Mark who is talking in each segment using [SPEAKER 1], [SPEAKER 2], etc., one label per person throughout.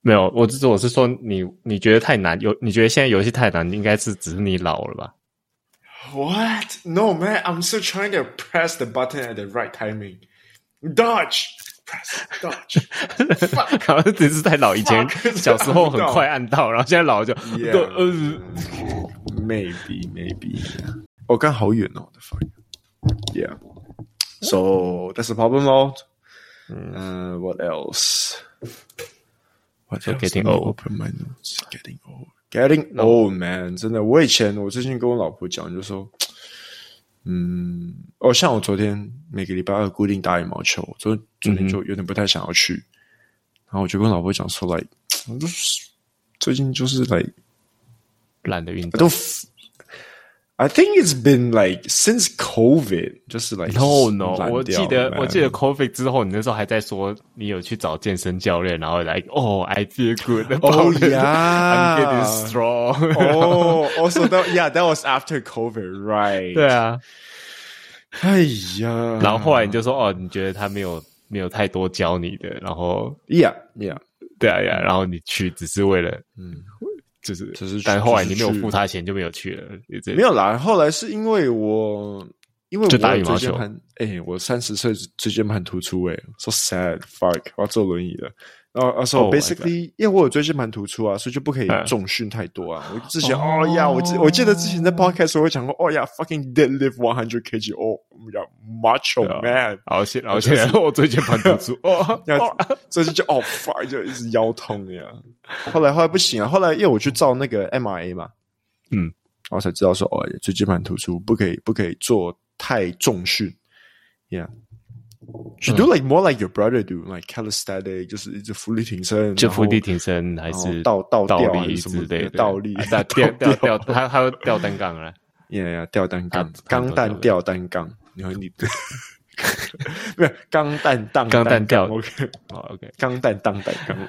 [SPEAKER 1] 没有，我只是我是说你你觉得太难，有你觉得现在游戏太难，应该是只是你老了吧？
[SPEAKER 2] What? No, man. I'm still trying to press the button at the right timing. Dodge, press, dodge.
[SPEAKER 1] 好像只是太老，以前
[SPEAKER 2] Fuck，
[SPEAKER 1] 小时候很快按到，然后现在老了就
[SPEAKER 2] Yeah
[SPEAKER 1] 都呃
[SPEAKER 2] maybe, maybe. 我刚好远哦，the fuck. Yeah. So that's the problem, lor.
[SPEAKER 1] 嗯
[SPEAKER 2] Uh, what else? What else?
[SPEAKER 1] getting
[SPEAKER 2] Let me
[SPEAKER 1] old.
[SPEAKER 2] Open my notes. Getting old. Getting old, man. 真的，我以前我最近跟我老婆讲，就说，嗯，哦，像我昨天每个礼拜二固定打羽毛球，昨昨
[SPEAKER 1] 嗯
[SPEAKER 2] 天就有点不太想要去，然后我就跟我老婆讲说，like，我就是最近就是来、like,。
[SPEAKER 1] 懒得运
[SPEAKER 2] I
[SPEAKER 1] 动。
[SPEAKER 2] don't. F- I think it's been like since COVID，就是 like
[SPEAKER 1] No no，我 Oh,
[SPEAKER 2] 懒掉
[SPEAKER 1] 记得
[SPEAKER 2] man
[SPEAKER 1] 我记得 COVID 之后，你那时候还在说你有去找健身教练，然后来哦、i feel good
[SPEAKER 2] Oh
[SPEAKER 1] about it，I'm、
[SPEAKER 2] yeah.
[SPEAKER 1] getting strong 。
[SPEAKER 2] Oh, also that yeah, that was after COVID, right?
[SPEAKER 1] 对啊，
[SPEAKER 2] 哎呀，
[SPEAKER 1] 然后后来你就说哦，你觉得他没有没有太多教你的，然后
[SPEAKER 2] yeah yeah，
[SPEAKER 1] 对啊呀，然后你去只是为了嗯，就是
[SPEAKER 2] 只是去
[SPEAKER 1] 但后来
[SPEAKER 2] 只
[SPEAKER 1] 你
[SPEAKER 2] 是
[SPEAKER 1] 没有
[SPEAKER 2] 去
[SPEAKER 1] 付他钱就没有去了，也这
[SPEAKER 2] 没有啦。后来是因为我因为我
[SPEAKER 1] 就打羽毛球
[SPEAKER 2] 椎间盘，哎、我三十岁椎间盘突出、哎，so sad fuck，我要坐轮椅了。然后，然后呃 so
[SPEAKER 1] Oh my
[SPEAKER 2] basically，、因为我有椎间盘突出啊，所以就不可以
[SPEAKER 1] 嗯
[SPEAKER 2] 重训太多啊。我之前
[SPEAKER 1] 哦
[SPEAKER 2] 哦呀，我记我记得之前在 podcast 我有讲过，哦呀，fucking deadlift one hundred kg，哦呀，macho
[SPEAKER 1] 对啊
[SPEAKER 2] man，
[SPEAKER 1] 然后现然后现在 我最近盘突 出哦，
[SPEAKER 2] 要
[SPEAKER 1] 哦
[SPEAKER 2] 最近就哦 fuck 就一直腰痛呀。后来后来不行啊，后来因为我去照那个 MRA 嘛，
[SPEAKER 1] 嗯
[SPEAKER 2] 然后才知道说哦，椎间盘突出不可以不可以做太重训，yeah。Should do like more like your brother do, like calisthenic，就是一直浮力挺身，
[SPEAKER 1] 就
[SPEAKER 2] 然后
[SPEAKER 1] 伏地挺身还
[SPEAKER 2] 然后
[SPEAKER 1] 是
[SPEAKER 2] 哦倒倒
[SPEAKER 1] 倒
[SPEAKER 2] 吊还
[SPEAKER 1] 立
[SPEAKER 2] 是什
[SPEAKER 1] 之
[SPEAKER 2] 么
[SPEAKER 1] 类的，
[SPEAKER 2] 倒立
[SPEAKER 1] 啊对啊吊
[SPEAKER 2] 倒
[SPEAKER 1] 吊
[SPEAKER 2] 吊
[SPEAKER 1] 吊，他他会吊单杠了。
[SPEAKER 2] ，yeah yeah，吊单杠
[SPEAKER 1] 啊，
[SPEAKER 2] 钢
[SPEAKER 1] 对对
[SPEAKER 2] 弹
[SPEAKER 1] 对
[SPEAKER 2] 吊单杠，你和 你没有钢弹荡
[SPEAKER 1] 钢弹吊
[SPEAKER 2] ，OK，
[SPEAKER 1] 哦，OK，
[SPEAKER 2] 钢弹荡单杠。OK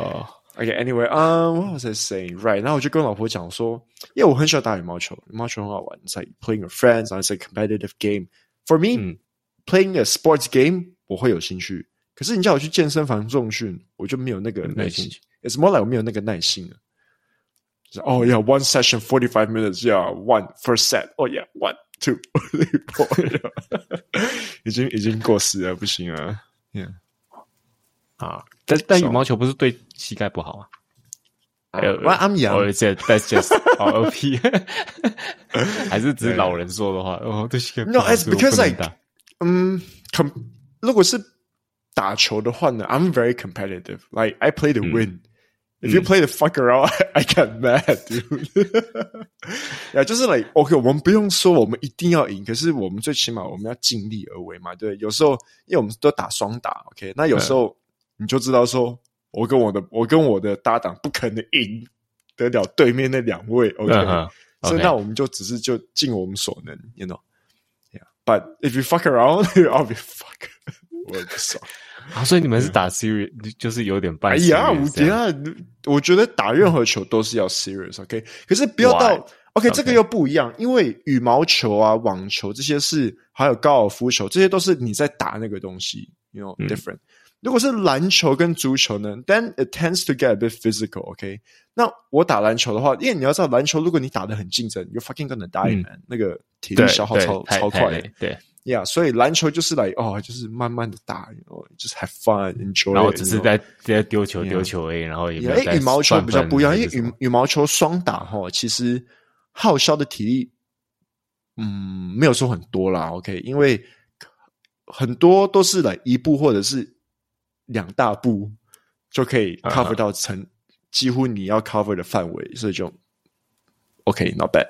[SPEAKER 1] 哦，
[SPEAKER 2] OK，Anyway，、um, what was I saying? Right，然后我就跟老婆讲说，因为我很喜欢打羽毛球，羽毛球很好玩，It's like playing with friends，and it's a competitive game. For me，、
[SPEAKER 1] 嗯
[SPEAKER 2] playing a sports game 我会有兴趣，可是你叫我去健身房重训，我就没有那个
[SPEAKER 1] 没
[SPEAKER 2] 耐
[SPEAKER 1] 有
[SPEAKER 2] 心
[SPEAKER 1] 兴。
[SPEAKER 2] It's more like 我没有那个耐心了。就是哦、oh、，Yeah，one session forty five minutes，Yeah，one first set，Oh yeah，one two three four，已经已经过时了，不行啊。
[SPEAKER 1] 啊，但但羽
[SPEAKER 2] So-
[SPEAKER 1] 毛球不是对膝盖不好啊？呃
[SPEAKER 2] Well, I'm young.
[SPEAKER 1] Or is it that's just R O P？还是只是老人说的话？哦，对膝盖不好。
[SPEAKER 2] No, it's
[SPEAKER 1] 所以我不能
[SPEAKER 2] because, like-
[SPEAKER 1] 打
[SPEAKER 2] 嗯，com 如果是打球的话呢，I'm very competitive. Like I play to
[SPEAKER 1] 嗯
[SPEAKER 2] win. If you play the fuck around, I get mad, dude. 呀，就是 like OK，我们不用说我们一定要赢，可是我们最起码我们要尽力而为嘛。对，有时候因为我们都打双打，OK，那有时候你就知道说，我跟我的我跟我的搭档不可能赢得了对面那两位，OK，、
[SPEAKER 1] 嗯哼
[SPEAKER 2] 所以
[SPEAKER 1] OK
[SPEAKER 2] 那我们就只是就尽我们所能，you know。Yeah, but if you fuck around, I'll be fuck. 我也不爽。
[SPEAKER 1] 啊，所以你们是打 serious，就是有点半
[SPEAKER 2] 嗯哎呀，我
[SPEAKER 1] serious 这
[SPEAKER 2] 等一
[SPEAKER 1] 样
[SPEAKER 2] 下，我觉得打任何球都是要 serious，OK？、可是不要
[SPEAKER 1] Why？
[SPEAKER 2] 到 OK，
[SPEAKER 1] OK
[SPEAKER 2] 这个又不一样，因为羽毛球啊、网球这些是，还有高尔夫球，这些都是你在打那个东西，you
[SPEAKER 1] 嗯
[SPEAKER 2] know different、如果是篮球跟足球呢，then it tends to get a bit physical，OK？、那我打篮球的话，因为你要知道篮球，如果你打得很竞争，you fucking gonna die
[SPEAKER 1] 嗯
[SPEAKER 2] man，、那个体力
[SPEAKER 1] 对
[SPEAKER 2] 消耗
[SPEAKER 1] 对
[SPEAKER 2] 超
[SPEAKER 1] 太
[SPEAKER 2] 超
[SPEAKER 1] 太
[SPEAKER 2] 快的
[SPEAKER 1] 累对，
[SPEAKER 2] ，Yeah，所以篮球就是来哦，就是慢慢的打，you know，just have fun，enjoy，
[SPEAKER 1] 然后
[SPEAKER 2] it,
[SPEAKER 1] 只
[SPEAKER 2] you
[SPEAKER 1] 是
[SPEAKER 2] know
[SPEAKER 1] 在在丢球
[SPEAKER 2] Yeah
[SPEAKER 1] 丢球而已，然后也没有
[SPEAKER 2] 啊哎，
[SPEAKER 1] 在
[SPEAKER 2] 羽毛球比较
[SPEAKER 1] 算分
[SPEAKER 2] 不一样，因
[SPEAKER 1] 还是
[SPEAKER 2] 为
[SPEAKER 1] 什么
[SPEAKER 2] 羽羽毛球双打哈，其实耗消的体力，嗯，没有说很多啦。OK，因为很多都是来一步或者是两大步就可以
[SPEAKER 1] 啊哈
[SPEAKER 2] cover 到成、几乎你要 cover 的范围，所以就 OK，not、bad。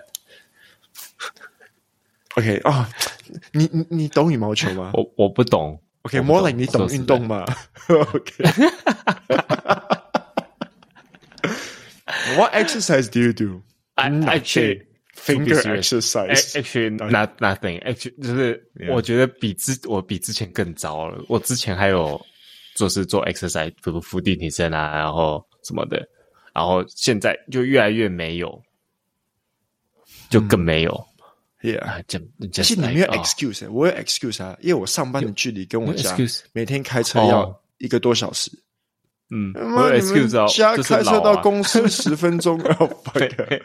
[SPEAKER 2] OK 啊、你你你懂羽毛球吗
[SPEAKER 1] 我我不懂，
[SPEAKER 2] ？OK，more、
[SPEAKER 1] 我不
[SPEAKER 2] like 你懂
[SPEAKER 1] 说实
[SPEAKER 2] 运
[SPEAKER 1] 在
[SPEAKER 2] 动 吗？OK。What exercise do you do?
[SPEAKER 1] I- I
[SPEAKER 2] Nothing.
[SPEAKER 1] did. To
[SPEAKER 2] finger
[SPEAKER 1] be serious.
[SPEAKER 2] exercise.
[SPEAKER 1] Actually, not nothing. Actually，就是我觉得比之我比之前更糟了。我之前还有就是做 exercise，比如伏地挺身啊，然后什么的，然后现在就越来越没有，就更没有。
[SPEAKER 2] Yeah.
[SPEAKER 1] 啊，这
[SPEAKER 2] 嗯其
[SPEAKER 1] 这
[SPEAKER 2] 实
[SPEAKER 1] 是
[SPEAKER 2] 你没有 excuse，、欸我有 excuse 啊，因为我上班的距离跟我
[SPEAKER 1] 哦有
[SPEAKER 2] 家
[SPEAKER 1] excuse
[SPEAKER 2] 每天开车要
[SPEAKER 1] 哦
[SPEAKER 2] 一个多小时，
[SPEAKER 1] 嗯，
[SPEAKER 2] 妈
[SPEAKER 1] 我有
[SPEAKER 2] 你们
[SPEAKER 1] excuse 哦，
[SPEAKER 2] 家
[SPEAKER 1] 就是
[SPEAKER 2] 开车
[SPEAKER 1] 老
[SPEAKER 2] 到
[SPEAKER 1] 啊，
[SPEAKER 2] 公司十 分钟，哦 fuck，
[SPEAKER 1] 对，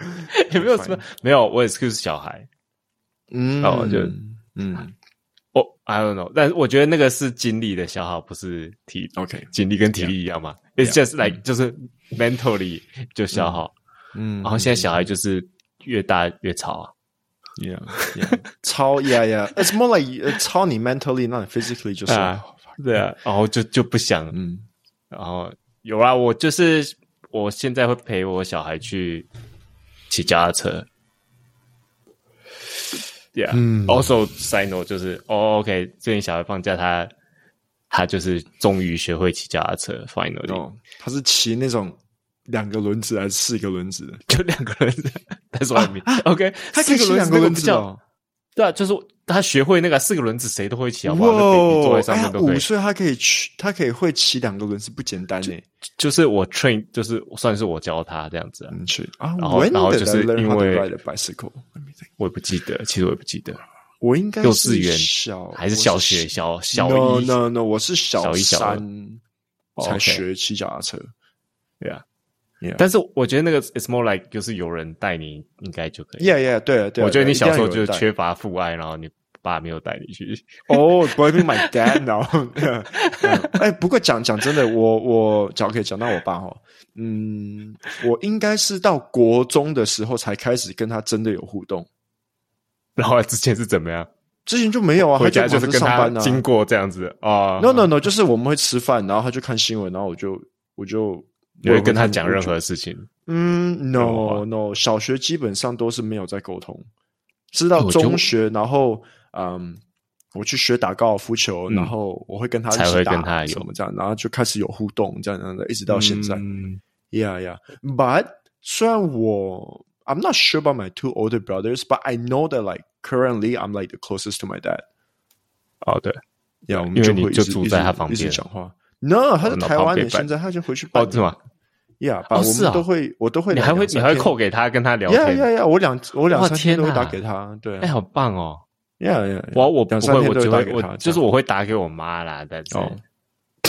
[SPEAKER 1] 有 没有什么？没有，我 excuse 小孩，
[SPEAKER 2] 嗯，
[SPEAKER 1] 哦就
[SPEAKER 2] 嗯
[SPEAKER 1] 我、I don't know，但是我觉得那个是精力的消耗，不是体
[SPEAKER 2] ，OK，
[SPEAKER 1] 精力跟体力一样嘛。It's
[SPEAKER 2] 哦 Yeah.
[SPEAKER 1] just like、就是 mentally 就消耗，
[SPEAKER 2] 嗯，
[SPEAKER 1] 然后现在小孩就是越大越吵啊。
[SPEAKER 2] yeah yeah 超 yeah yeah，it's more like uh, 超你 mentally not physically 就是
[SPEAKER 1] 啊
[SPEAKER 2] 哦，fuck，
[SPEAKER 1] 对啊，然后就就不想，
[SPEAKER 2] 嗯
[SPEAKER 1] 然后有啊，我就是我现在会陪我小孩去骑脚踏车。Yeah，
[SPEAKER 2] 嗯
[SPEAKER 1] Also, side note 就是，哦、o k 最近小孩放假他，他就是终于学会骑脚踏车，finally，、
[SPEAKER 2] 哦，他是骑那种两个轮子还是四个轮子的？
[SPEAKER 1] 就两个人在，但是外面、OK，
[SPEAKER 2] 啊他可以
[SPEAKER 1] 四
[SPEAKER 2] 骑
[SPEAKER 1] 个轮
[SPEAKER 2] 两
[SPEAKER 1] 子
[SPEAKER 2] 个
[SPEAKER 1] 那个
[SPEAKER 2] 轮
[SPEAKER 1] 不
[SPEAKER 2] 子
[SPEAKER 1] 叫，
[SPEAKER 2] 哦。
[SPEAKER 1] 对啊，就是他学会那个四个轮子，谁都会骑，好不好？那 baby 坐在
[SPEAKER 2] 哇
[SPEAKER 1] 上
[SPEAKER 2] 哎
[SPEAKER 1] 面
[SPEAKER 2] 他
[SPEAKER 1] 都可以
[SPEAKER 2] 五。岁他可以去，他可以会骑两个轮子，不简单欸呢。
[SPEAKER 1] 就是我 train，就是算是我教他这样子啊，
[SPEAKER 2] 嗯，去啊，
[SPEAKER 1] 然后
[SPEAKER 2] when
[SPEAKER 1] 然后
[SPEAKER 2] did
[SPEAKER 1] 就
[SPEAKER 2] I
[SPEAKER 1] 是
[SPEAKER 2] learn
[SPEAKER 1] 因
[SPEAKER 2] how to
[SPEAKER 1] 为
[SPEAKER 2] ride a bicycle？Let me think
[SPEAKER 1] 我也不记得，其实我也不记得。
[SPEAKER 2] 我应该
[SPEAKER 1] 幼稚园
[SPEAKER 2] 是小
[SPEAKER 1] 还是小学小小
[SPEAKER 2] ？No
[SPEAKER 1] 一
[SPEAKER 2] No No，我是小
[SPEAKER 1] 小一小二
[SPEAKER 2] 三
[SPEAKER 1] 哦
[SPEAKER 2] 才
[SPEAKER 1] OK
[SPEAKER 2] 学骑脚踏车。
[SPEAKER 1] 对啊
[SPEAKER 2] Yeah
[SPEAKER 1] 但是我觉得那个 it's more like 就是有人带你，应该就可以。
[SPEAKER 2] Yeah Yeah，对啊对啊，
[SPEAKER 1] 我觉得你小时候就是是缺乏父爱，然后你爸没有带你去。
[SPEAKER 2] 哦、b l a m i n g my dad now 嗯。哎，不过讲讲真的，我我讲可以讲到我爸哈，嗯，我应该是到国中的时候才开始跟他真的有互动，
[SPEAKER 1] 然后之前是怎么样？
[SPEAKER 2] 之前就没有啊，
[SPEAKER 1] 回家
[SPEAKER 2] 他
[SPEAKER 1] 就是
[SPEAKER 2] 忙
[SPEAKER 1] 跟
[SPEAKER 2] 着上
[SPEAKER 1] 他
[SPEAKER 2] 班啊。
[SPEAKER 1] 经过这样子啊。
[SPEAKER 2] No no no，就是我们会吃饭，然后他就看新闻，然后我就我就
[SPEAKER 1] 你会跟他讲任。
[SPEAKER 2] 我也会看我
[SPEAKER 1] 何
[SPEAKER 2] 就
[SPEAKER 1] 事情。
[SPEAKER 2] 嗯
[SPEAKER 1] 任何话
[SPEAKER 2] ，no no，小学基本上都是没有在沟通，直到
[SPEAKER 1] 哎我就
[SPEAKER 2] 中学，然后嗯，我去学打高尔夫球，
[SPEAKER 1] 嗯
[SPEAKER 2] 然后我会跟他一起
[SPEAKER 1] 才会
[SPEAKER 2] 打
[SPEAKER 1] 跟他有
[SPEAKER 2] 什么这样，然后就开始有互动，这样这样的，一直到现在。
[SPEAKER 1] 嗯
[SPEAKER 2] Yeah, yeah. But 虽然我 I'm not sure about my two older brothers, but I know that like currently I'm like the closest to my dad.
[SPEAKER 1] 哦，对，
[SPEAKER 2] Yeah，我们
[SPEAKER 1] 因为
[SPEAKER 2] 就
[SPEAKER 1] 你
[SPEAKER 2] 会一
[SPEAKER 1] 就
[SPEAKER 2] 直
[SPEAKER 1] 住
[SPEAKER 2] 一直
[SPEAKER 1] 在他旁
[SPEAKER 2] 一直
[SPEAKER 1] 边哦
[SPEAKER 2] 讲话。No，他在
[SPEAKER 1] 那
[SPEAKER 2] 台
[SPEAKER 1] 旁
[SPEAKER 2] 湾的，
[SPEAKER 1] 边
[SPEAKER 2] 现
[SPEAKER 1] 办
[SPEAKER 2] 在他就回去办
[SPEAKER 1] 哦，是吗？
[SPEAKER 2] ？Yeah，把
[SPEAKER 1] 哦
[SPEAKER 2] 我
[SPEAKER 1] 是
[SPEAKER 2] 们
[SPEAKER 1] 啊
[SPEAKER 2] 都会，我都会
[SPEAKER 1] 你
[SPEAKER 2] 两
[SPEAKER 1] 还会
[SPEAKER 2] 三
[SPEAKER 1] 你
[SPEAKER 2] 天。
[SPEAKER 1] 还会扣给他跟他聊
[SPEAKER 2] Yeah,
[SPEAKER 1] 天？
[SPEAKER 2] yeah, yeah！我两我两
[SPEAKER 1] 哇
[SPEAKER 2] 三天都会
[SPEAKER 1] 天哪
[SPEAKER 2] 打给他，对
[SPEAKER 1] 哎，
[SPEAKER 2] 啊
[SPEAKER 1] 好棒哦！
[SPEAKER 2] ，Yeah, yeah, yeah。
[SPEAKER 1] 我我不
[SPEAKER 2] 啊两三
[SPEAKER 1] 会，
[SPEAKER 2] 天
[SPEAKER 1] 我
[SPEAKER 2] 都
[SPEAKER 1] 只
[SPEAKER 2] 打
[SPEAKER 1] 会
[SPEAKER 2] 给他，
[SPEAKER 1] 我就是我会打给我妈啦。但是、
[SPEAKER 2] 哦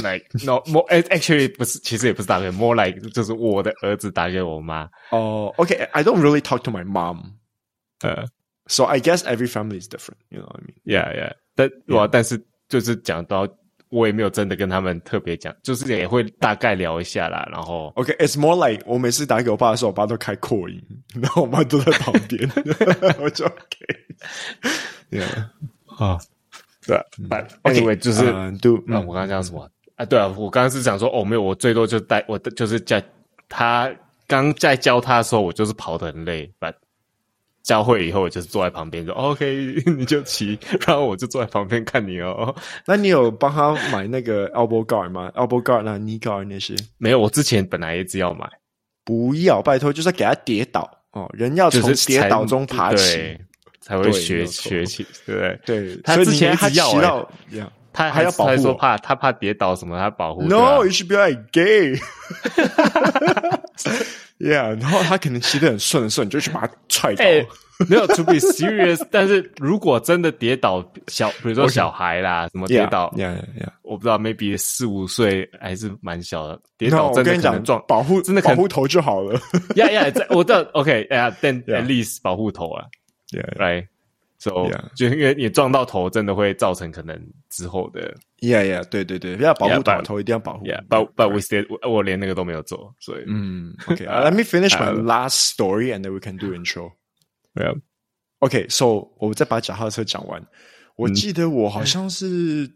[SPEAKER 1] like no more eh, actually 不是，其实也不是打给，more like 就是我的儿子打给我妈。
[SPEAKER 2] 这样哦。Okay, I don't really talk to my mom,
[SPEAKER 1] 呃
[SPEAKER 2] so I guess every family is different. You know what I mean?
[SPEAKER 1] ，yeah yeah，但哇，但是就是讲到我也没有真的跟他们特别讲，就是也会大概聊一下啦。然后
[SPEAKER 2] Okay, it's more like 我每次打给我爸的时候，我爸都开扩音，然后我妈都在旁边， 我就 OK。Yeah,
[SPEAKER 1] 啊，对啊，但 anyway 就是、
[SPEAKER 2] 嗯，do
[SPEAKER 1] 那我刚刚讲
[SPEAKER 2] 嗯
[SPEAKER 1] 什么啊？对啊，我刚刚是讲说哦，没有，我最多就带我的就是在他刚在教他的时候，我就是跑得很累，把教会以后，我就是坐在旁边说、哦 OK，你 就骑，然后我就坐在旁边看你哦。
[SPEAKER 2] 那你有帮他买那个 elbow guard 吗？elbow guard 啊，knee guard 那些，
[SPEAKER 1] 没有，我之前本来一直要买，
[SPEAKER 2] 不要，拜托，就是给他跌倒哦。人要
[SPEAKER 1] 就
[SPEAKER 2] 从
[SPEAKER 1] 是
[SPEAKER 2] 跌
[SPEAKER 1] 才
[SPEAKER 2] 倒中爬起。
[SPEAKER 1] 对才会
[SPEAKER 2] 对没
[SPEAKER 1] 学
[SPEAKER 2] 有错
[SPEAKER 1] 学起，对不对？
[SPEAKER 2] 对，
[SPEAKER 1] 他
[SPEAKER 2] 所以
[SPEAKER 1] 之
[SPEAKER 2] 你
[SPEAKER 1] 前
[SPEAKER 2] 一
[SPEAKER 1] 还
[SPEAKER 2] 直
[SPEAKER 1] 要
[SPEAKER 2] 骑
[SPEAKER 1] 欸
[SPEAKER 2] 到，yeah。 啊
[SPEAKER 1] 他
[SPEAKER 2] 还要保护
[SPEAKER 1] 他说
[SPEAKER 2] 我
[SPEAKER 1] 怕他怕跌倒什么，他保护。
[SPEAKER 2] No,
[SPEAKER 1] 对
[SPEAKER 2] you should be like gay. yeah，然后他可能骑得很顺的时候，你就去把他踹倒。
[SPEAKER 1] 啊哎，没有 to be serious，但是如果真的跌倒，小比如说小孩啦什么跌
[SPEAKER 2] yeah,
[SPEAKER 1] 倒，
[SPEAKER 2] yeah, yeah.
[SPEAKER 1] 我不知道，maybe 四五岁还是蛮小的，跌
[SPEAKER 2] yeah.
[SPEAKER 1] 倒
[SPEAKER 2] No，我
[SPEAKER 1] 真的可
[SPEAKER 2] 跟你
[SPEAKER 1] 能
[SPEAKER 2] 讲，
[SPEAKER 1] 撞，
[SPEAKER 2] 保护
[SPEAKER 1] 真的可
[SPEAKER 2] 保
[SPEAKER 1] 能
[SPEAKER 2] 护头就好 了。
[SPEAKER 1] 呀呀，在我的 OK 呀，但
[SPEAKER 2] Yeah.
[SPEAKER 1] at least 保护头啊
[SPEAKER 2] yeah,
[SPEAKER 1] ，right？So
[SPEAKER 2] Yeah.
[SPEAKER 1] 就因为你撞到头，真的会造成可能之后的
[SPEAKER 2] yeah, yeah，对对对，要保护
[SPEAKER 1] Yeah,
[SPEAKER 2] 头，
[SPEAKER 1] but-
[SPEAKER 2] 头一定要保护。
[SPEAKER 1] ，yeah，but but we still 我我连那个都没有做，所以
[SPEAKER 2] Oh 嗯，OK，let、let
[SPEAKER 1] 呃
[SPEAKER 2] me finish my
[SPEAKER 1] ，uh
[SPEAKER 2] last story and then we can do intro.
[SPEAKER 1] 没有
[SPEAKER 2] OK，so、我再把脚踏车讲完。我嗯记得我好像是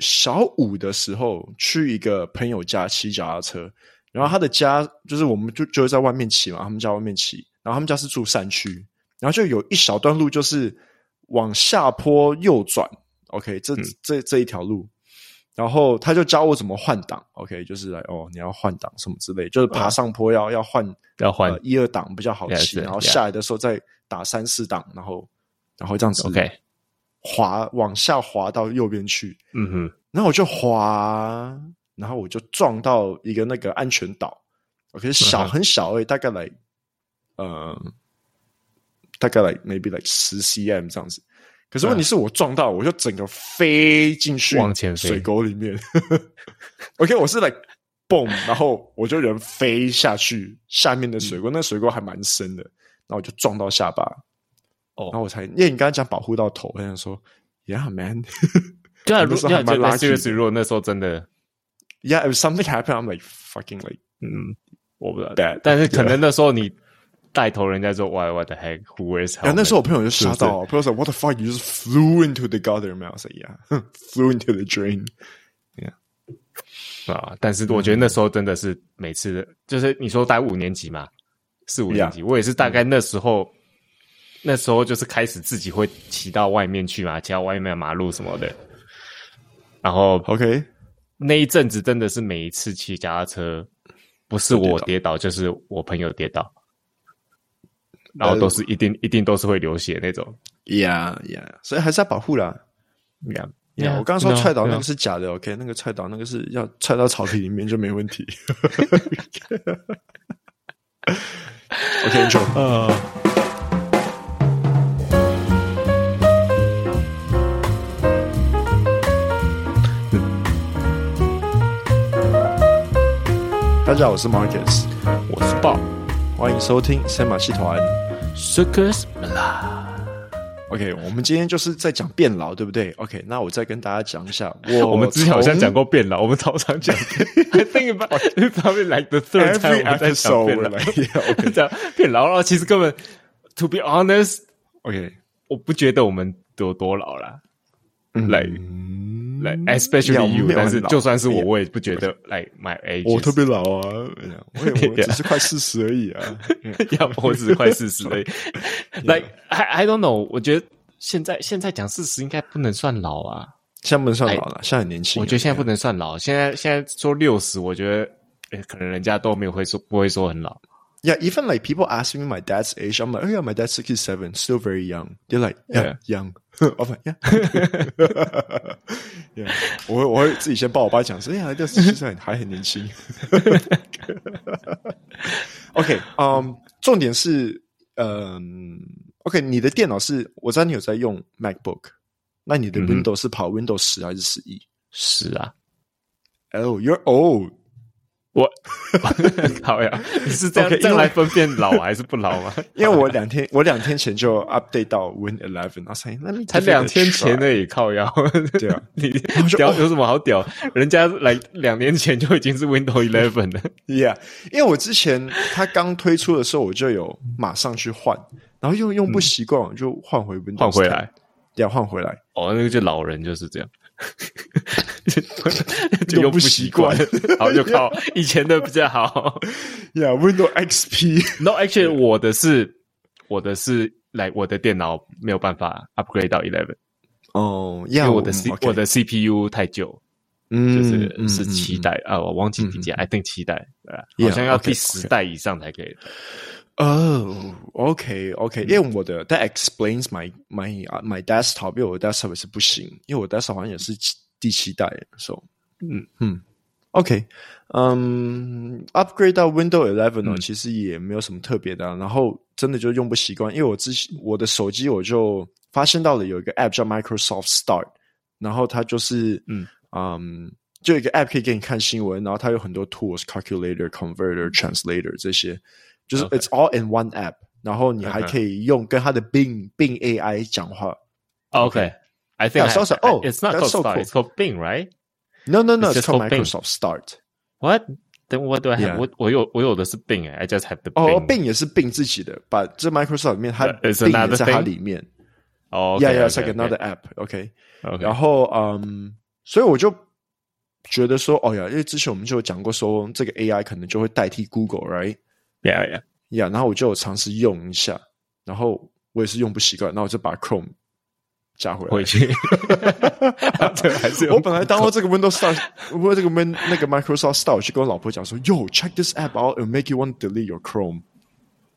[SPEAKER 2] 小五的时候去一个朋友家骑脚踏车，然后他的家就是我们就就会在外面骑嘛，他们家外面骑，然后他们家是住山区，然后就有一小段路就是往下坡右转，OK，这、
[SPEAKER 1] 嗯
[SPEAKER 2] 这这一条路，然后他就教我怎么换挡，OK，就是来哦，你要换挡什么之类，就是爬上坡要、要换
[SPEAKER 1] 要换
[SPEAKER 2] 呃一二档比较好
[SPEAKER 1] Yeah，
[SPEAKER 2] 骑，
[SPEAKER 1] 是
[SPEAKER 2] 然后
[SPEAKER 1] yeah
[SPEAKER 2] 下来的时候再打三四档，然后然后这样子
[SPEAKER 1] OK，
[SPEAKER 2] 滑往下滑到右边去，
[SPEAKER 1] 嗯哼，
[SPEAKER 2] 然后我就滑，然后我就撞到一个那个安全岛，OK，
[SPEAKER 1] 嗯
[SPEAKER 2] 小
[SPEAKER 1] 哼
[SPEAKER 2] 很小诶、大概来呃大概来 maybe like 十 cm 这样子。可是问题是我撞到，我就整个飞进去
[SPEAKER 1] 嗯往前飞
[SPEAKER 2] 水沟里面。OK，我是 like 蹦，然后我就人飞下去下面的水
[SPEAKER 1] 嗯
[SPEAKER 2] 沟，那水沟还蛮深的，然后我就撞到下巴，
[SPEAKER 1] 哦
[SPEAKER 2] 然后我才，因为你刚才讲保护到头，我想说，Yeah man，
[SPEAKER 1] 对啊，
[SPEAKER 2] 那
[SPEAKER 1] 如
[SPEAKER 2] 时候
[SPEAKER 1] 对啊
[SPEAKER 2] 还蛮
[SPEAKER 1] 就
[SPEAKER 2] lucky 的
[SPEAKER 1] seriously，如果那时候真的，
[SPEAKER 2] yeah if something happened I'm like fucking like
[SPEAKER 1] 嗯，我不知道
[SPEAKER 2] That-
[SPEAKER 1] 但是可能那时候你带头，人家说 Why what the heck? Who wears
[SPEAKER 2] 然
[SPEAKER 1] helmet？
[SPEAKER 2] 后那时候我朋友就吓
[SPEAKER 1] 是不
[SPEAKER 2] 到，我朋友说 What the fuck? You just flew into the gutter, man. I was like, yeah, flew into the drain.
[SPEAKER 1] 啊，但是我觉得那时候真的是每次的，就是你说待五年级嘛，四五
[SPEAKER 2] Yeah
[SPEAKER 1] 年级，我也是大概那时候，那时候就是开始自己会骑到外面去嘛，骑到外面的马路什么的。然后
[SPEAKER 2] OK，
[SPEAKER 1] 那一阵子真的是每一次骑脚踏车，不是我跌倒就是我朋友跌倒，然后都是一定一定都是会流血那种。
[SPEAKER 2] yeah, yeah，所以还是要保护啦。
[SPEAKER 1] Yeah，
[SPEAKER 2] Yeah, 我刚刚说踹倒那个
[SPEAKER 1] no，
[SPEAKER 2] 是假的，OK，那个踹倒那个是要踹到草皮里面就没问题。OK，就
[SPEAKER 1] 呃，
[SPEAKER 2] 大家好，我是 Marcus，
[SPEAKER 1] 我是豹
[SPEAKER 2] 欢迎收听森马戏团。
[SPEAKER 1] Circus Mala。
[SPEAKER 2] OK，我们今天就是在讲变老，对不对？OK，那我再跟大家讲 一下，我
[SPEAKER 1] 我们之前好像
[SPEAKER 2] 从
[SPEAKER 1] 讲过变老，我们超常讲 变。I 哦 think about it's probably like the third time
[SPEAKER 2] every
[SPEAKER 1] 我们在讲
[SPEAKER 2] episode
[SPEAKER 1] 变
[SPEAKER 2] 我
[SPEAKER 1] 老
[SPEAKER 2] 来，yeah, OK
[SPEAKER 1] 讲变老，然后其实根本，to be honest，
[SPEAKER 2] OK，
[SPEAKER 1] 我不觉得我们有多老啦。来来
[SPEAKER 2] 呀我
[SPEAKER 1] ，especially
[SPEAKER 2] 们
[SPEAKER 1] you，
[SPEAKER 2] 嗯没有很
[SPEAKER 1] 但是
[SPEAKER 2] 老
[SPEAKER 1] 就算是我，
[SPEAKER 2] Yeah
[SPEAKER 1] 我也不觉得 like my age，
[SPEAKER 2] 我特别老啊，我也我
[SPEAKER 1] Yeah
[SPEAKER 2] 只是快四十而已啊。
[SPEAKER 1] 要我只是快四十 而已。Like I I don't know，我觉得现在现在讲四十应该不能算老啊。
[SPEAKER 2] 现在不能算老了，现在很年轻。
[SPEAKER 1] 哎
[SPEAKER 2] 啊
[SPEAKER 1] 我觉得现在不能算老，现在现在说六十，我觉得、呃可能人家都没有会说不会说很老。
[SPEAKER 2] Yeah, even like people ask me my dad's age, I'm like, oh yeah, my dad's 67, still very young. They're like, yeah, young. I'm like, yeah. yeah. 我会我会自己先帮我爸讲说，哎呀，六十七岁还很年轻。OK，嗯、重点是，嗯、o k 你的电脑是，我知道你有在用 MacBook，那你的
[SPEAKER 1] 嗯哼
[SPEAKER 2] Windows 是跑 Windows 十还是十一
[SPEAKER 1] 是啊，
[SPEAKER 2] ？Oh, you're old.
[SPEAKER 1] 我 好呀，你是这样
[SPEAKER 2] OK，
[SPEAKER 1] 这样
[SPEAKER 2] 因为
[SPEAKER 1] 来分辨老啊还是不老吗？
[SPEAKER 2] 因为我两天我两天前就 update 到 Win Eleven，我才
[SPEAKER 1] 才两天前而已，靠 腰。
[SPEAKER 2] 对啊，
[SPEAKER 1] 你
[SPEAKER 2] 后就
[SPEAKER 1] 屌
[SPEAKER 2] 哦
[SPEAKER 1] 有什么好屌？人家来两年前就已经是 Windows Eleven 了。
[SPEAKER 2] Yeah，因为我之前它刚推出的时候，我就有马上去换，然后用用不习惯，我就换回 Windows，
[SPEAKER 1] 换回来，
[SPEAKER 2] 要换回来，
[SPEAKER 1] 哦，那个就老人就是 这样，就
[SPEAKER 2] 用
[SPEAKER 1] 用
[SPEAKER 2] 不
[SPEAKER 1] 不
[SPEAKER 2] 习
[SPEAKER 1] 习惯
[SPEAKER 2] 惯，
[SPEAKER 1] 好就靠以前的比较好。
[SPEAKER 2] ，Yeah，Windows XP，
[SPEAKER 1] No, actually，我的是我的是来我的电脑没有办法 upgrade 到 Eleven，
[SPEAKER 2] 哦
[SPEAKER 1] 因
[SPEAKER 2] ，Yeah，
[SPEAKER 1] 为我的 C
[SPEAKER 2] 嗯，OK
[SPEAKER 1] 我的 CPU 太旧。就
[SPEAKER 2] 嗯
[SPEAKER 1] 是是七，代啊，我忘记第几代，I think 七代，对吧好
[SPEAKER 2] Yeah，
[SPEAKER 1] 像要
[SPEAKER 2] OK，
[SPEAKER 1] 第十代以上才可以。
[SPEAKER 2] 哦，OK，OK，因为我的 That explains my my my desktop，因为我的 desktop 也是不行，因为我的 desktop 好像也是七第七代，so
[SPEAKER 1] 嗯
[SPEAKER 2] 嗯。OK，嗯、u p g r a d e 到 Windows Eleven
[SPEAKER 1] 嗯
[SPEAKER 2] 哦、其实也没有什么特别的啊、然后真的就用不习惯，因为我之前我的手机我就发现到了有一个 App 叫 Microsoft Start，然后它就是
[SPEAKER 1] 嗯
[SPEAKER 2] 嗯，就有一个 App 可以给你看新闻，然后它有很多 tools calculator、converter、translator 这些，就是
[SPEAKER 1] 嗯 OK
[SPEAKER 2] it's all in one app，然后你还
[SPEAKER 1] 嗯哼
[SPEAKER 2] 可以用跟它的 Bing Bing AI 讲话。
[SPEAKER 1] OK，I think
[SPEAKER 2] Yeah,
[SPEAKER 1] I-
[SPEAKER 2] so- so-
[SPEAKER 1] I-
[SPEAKER 2] oh,
[SPEAKER 1] it's not
[SPEAKER 2] that's
[SPEAKER 1] called
[SPEAKER 2] so
[SPEAKER 1] Star,
[SPEAKER 2] cool.
[SPEAKER 1] it's called Bing, right?
[SPEAKER 2] No no no，
[SPEAKER 1] It's
[SPEAKER 2] it's
[SPEAKER 1] just
[SPEAKER 2] called
[SPEAKER 1] called Bing.
[SPEAKER 2] Microsoft Start。
[SPEAKER 1] What? Then what do I have?
[SPEAKER 2] Yeah.
[SPEAKER 1] 我我有我有的是 Bing，I just have the
[SPEAKER 2] 哦
[SPEAKER 1] Bing。
[SPEAKER 2] ，Bing 也是 Bing 自己的，把这 Microsoft 里面它
[SPEAKER 1] Yeah, it's
[SPEAKER 2] Bing 也
[SPEAKER 1] another
[SPEAKER 2] 在它
[SPEAKER 1] thing?
[SPEAKER 2] 里面。
[SPEAKER 1] 哦
[SPEAKER 2] 呀呀
[SPEAKER 1] yeah，
[SPEAKER 2] it's like another app，OK。然
[SPEAKER 1] OK，
[SPEAKER 2] 后嗯，所以我就觉得说，哦呀，因为之前我们就有讲过说，这个 AI 可能就会代替 Google，right？
[SPEAKER 1] yeah yeah，
[SPEAKER 2] 呀，然后我就有尝试用一下，然后我也是用不习惯，那我就把 Chrome 加回来。
[SPEAKER 1] 回 去。 对，还是有
[SPEAKER 2] 我本来当过这个 Windows Star，我 这个 Win 那个 Microsoft Star，我去跟我老婆讲说，Yo check this app out and make you want to delete your Chrome。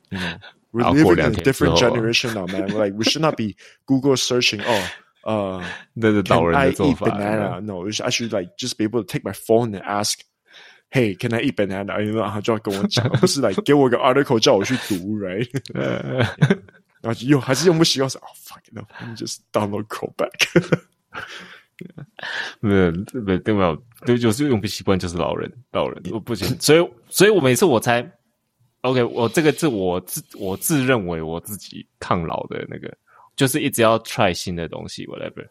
[SPEAKER 2] You know,
[SPEAKER 1] 然
[SPEAKER 2] we're
[SPEAKER 1] 后过
[SPEAKER 2] living
[SPEAKER 1] 两
[SPEAKER 2] in a
[SPEAKER 1] 天之
[SPEAKER 2] different
[SPEAKER 1] 后
[SPEAKER 2] generation now, man. Like we should not be Google searching. 哦，呃
[SPEAKER 1] 那是老
[SPEAKER 2] can
[SPEAKER 1] 人
[SPEAKER 2] I
[SPEAKER 1] 的
[SPEAKER 2] eat
[SPEAKER 1] 做法。
[SPEAKER 2] banana? No, I should like just be able to take my phone and ask, Hey, can I eat banana? You know, 然后就要跟 我讲，而不是 like 给我一个 article 叫我去读，right？
[SPEAKER 1] 呃
[SPEAKER 2] 然后就用还是用不习惯，说 Oh fuck no, let me just download Chrome back
[SPEAKER 1] 没有，没有，没有，对，有时候用不习惯就是老人，老人我不行，所以，所以我每次我才 OK，我这个是我自我自认为我自己抗老的那个，就是一直要 try 新的东西，whatever，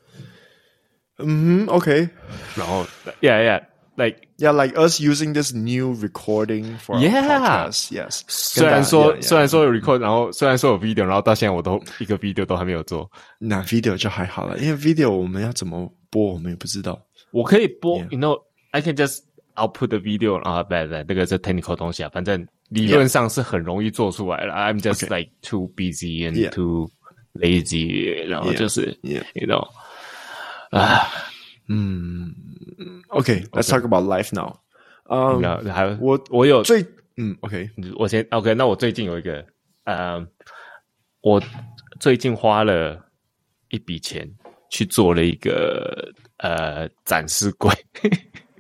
[SPEAKER 2] 嗯，OK，
[SPEAKER 1] 然后，yeah yeah，like
[SPEAKER 2] yeah like us using this new recording for our
[SPEAKER 1] Yeah.
[SPEAKER 2] podcast yes
[SPEAKER 1] 虽然说
[SPEAKER 2] Yeah, yeah.
[SPEAKER 1] 虽然说有 record，然后虽然说有 video，然后到现在我都一个 video 都还没有做。
[SPEAKER 2] 那 video 就还好了，因为 video 我们要怎么播我们也不知道。
[SPEAKER 1] 我可以播
[SPEAKER 2] Yeah.
[SPEAKER 1] you know, I can just output the video 啊，不不，那个是 technical 东西啊，反正理论上是很容易做出来了。I'm just
[SPEAKER 2] Okay.
[SPEAKER 1] like too busy and
[SPEAKER 2] Yeah.
[SPEAKER 1] too lazy，然后
[SPEAKER 2] Yeah.
[SPEAKER 1] 就是
[SPEAKER 2] Yeah.
[SPEAKER 1] you know 啊，
[SPEAKER 2] OK，let's、talk about life now。嗯、
[SPEAKER 1] 然后还有
[SPEAKER 2] 我
[SPEAKER 1] 我有
[SPEAKER 2] 最嗯 OK，
[SPEAKER 1] 我先 OK，那我最近有一个，呃，我最近花了一笔钱去做了一个呃展示柜，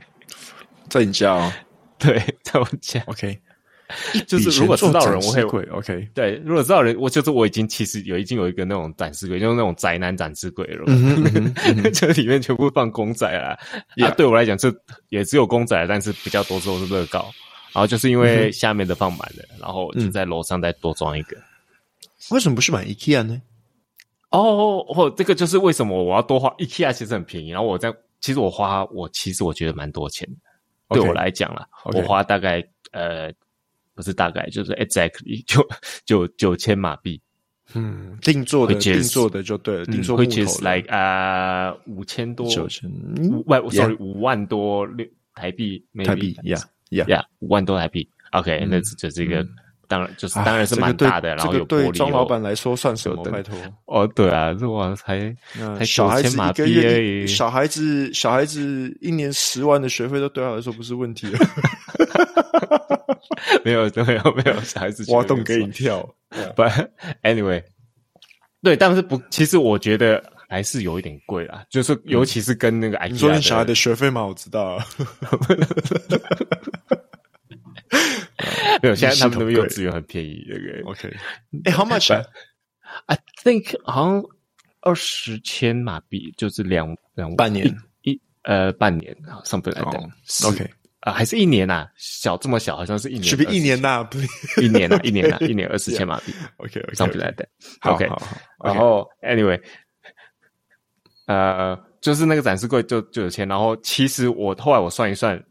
[SPEAKER 2] 在你家哦。
[SPEAKER 1] 对，在我家，
[SPEAKER 2] OK，
[SPEAKER 1] 就是如果知道人，我会
[SPEAKER 2] 会 OK。
[SPEAKER 1] 对，如果知道人，我就是我已经其实有已经有一个那种展示柜，就是那种宅男展示柜了，
[SPEAKER 2] 嗯
[SPEAKER 1] 这里面全部放公仔啦。啊，
[SPEAKER 2] Yeah
[SPEAKER 1] 对我来讲，这也只有公仔，但是比较多都是乐高。然后就是因为下面的放满了，然后就在楼上再多装一个。
[SPEAKER 2] 为什么不去买 IKEA 呢？
[SPEAKER 1] 哦哦，这个就是为什么我要多花 IKEA 其实很便宜，然后我在其实我花我其实我觉得蛮多钱的
[SPEAKER 2] OK
[SPEAKER 1] 对我来讲啦
[SPEAKER 2] OK
[SPEAKER 1] 我花大概呃不是大概就是 exactly 就就九千马币，
[SPEAKER 2] 嗯，定做的
[SPEAKER 1] Which is-
[SPEAKER 2] 定做的就对了，定做木头
[SPEAKER 1] which
[SPEAKER 2] 的
[SPEAKER 1] is like 啊五千多
[SPEAKER 2] 九千
[SPEAKER 1] 五万
[SPEAKER 2] Yeah
[SPEAKER 1] sorry 五万多六台币
[SPEAKER 2] 台币
[SPEAKER 1] maybe
[SPEAKER 2] ，Yeah Yeah。
[SPEAKER 1] 呀五万多台币 OK 那这就是一个当然就是
[SPEAKER 2] 啊
[SPEAKER 1] 当然是
[SPEAKER 2] 这个
[SPEAKER 1] 蛮
[SPEAKER 2] 对
[SPEAKER 1] 大的，然后
[SPEAKER 2] 这
[SPEAKER 1] 有
[SPEAKER 2] 个
[SPEAKER 1] 玻
[SPEAKER 2] 对
[SPEAKER 1] 璃
[SPEAKER 2] 张老
[SPEAKER 1] 有
[SPEAKER 2] 板来说算什
[SPEAKER 1] 有
[SPEAKER 2] 么？
[SPEAKER 1] 灯
[SPEAKER 2] 拜托，
[SPEAKER 1] 哦对啊，这我才
[SPEAKER 2] 那
[SPEAKER 1] 才
[SPEAKER 2] 小孩
[SPEAKER 1] 9000
[SPEAKER 2] 子
[SPEAKER 1] 马
[SPEAKER 2] 一个
[SPEAKER 1] 币而
[SPEAKER 2] 月
[SPEAKER 1] 已
[SPEAKER 2] 一，小孩子小孩子一年十万的学费都对他来说不是问题 了。
[SPEAKER 1] 没有没有没有小孩子
[SPEAKER 2] 挖洞
[SPEAKER 1] 给
[SPEAKER 2] 给
[SPEAKER 1] 你。
[SPEAKER 2] 你跳，
[SPEAKER 1] But anyway，对，但是不，其实我觉得还是有一点贵啦，就是尤其是跟那个 IKEA
[SPEAKER 2] 嗯你说你小孩
[SPEAKER 1] 的
[SPEAKER 2] 的学费嘛？我知道 啊，
[SPEAKER 1] 没有，现在他们那边
[SPEAKER 2] 系统
[SPEAKER 1] 幼
[SPEAKER 2] 贵
[SPEAKER 1] 稚园很便宜，那个
[SPEAKER 2] OK，哎、h o w much？啊
[SPEAKER 1] I think 好像二十千马币，就是两两
[SPEAKER 2] 半年
[SPEAKER 1] 一一呃半年，something like that
[SPEAKER 2] 哦
[SPEAKER 1] 是。
[SPEAKER 2] OK
[SPEAKER 1] 啊，还是一年呐，小这么小，好像是一年，
[SPEAKER 2] 是不是一年呐、不是
[SPEAKER 1] 一年啊呐，一年呐，一年二十千马币
[SPEAKER 2] OK OK，
[SPEAKER 1] ，something like that。
[SPEAKER 2] 好
[SPEAKER 1] OK，
[SPEAKER 2] 好好，
[SPEAKER 1] 然后 anyway，呃，就是那个展示柜就就有钱，然后其实我后来我算一算，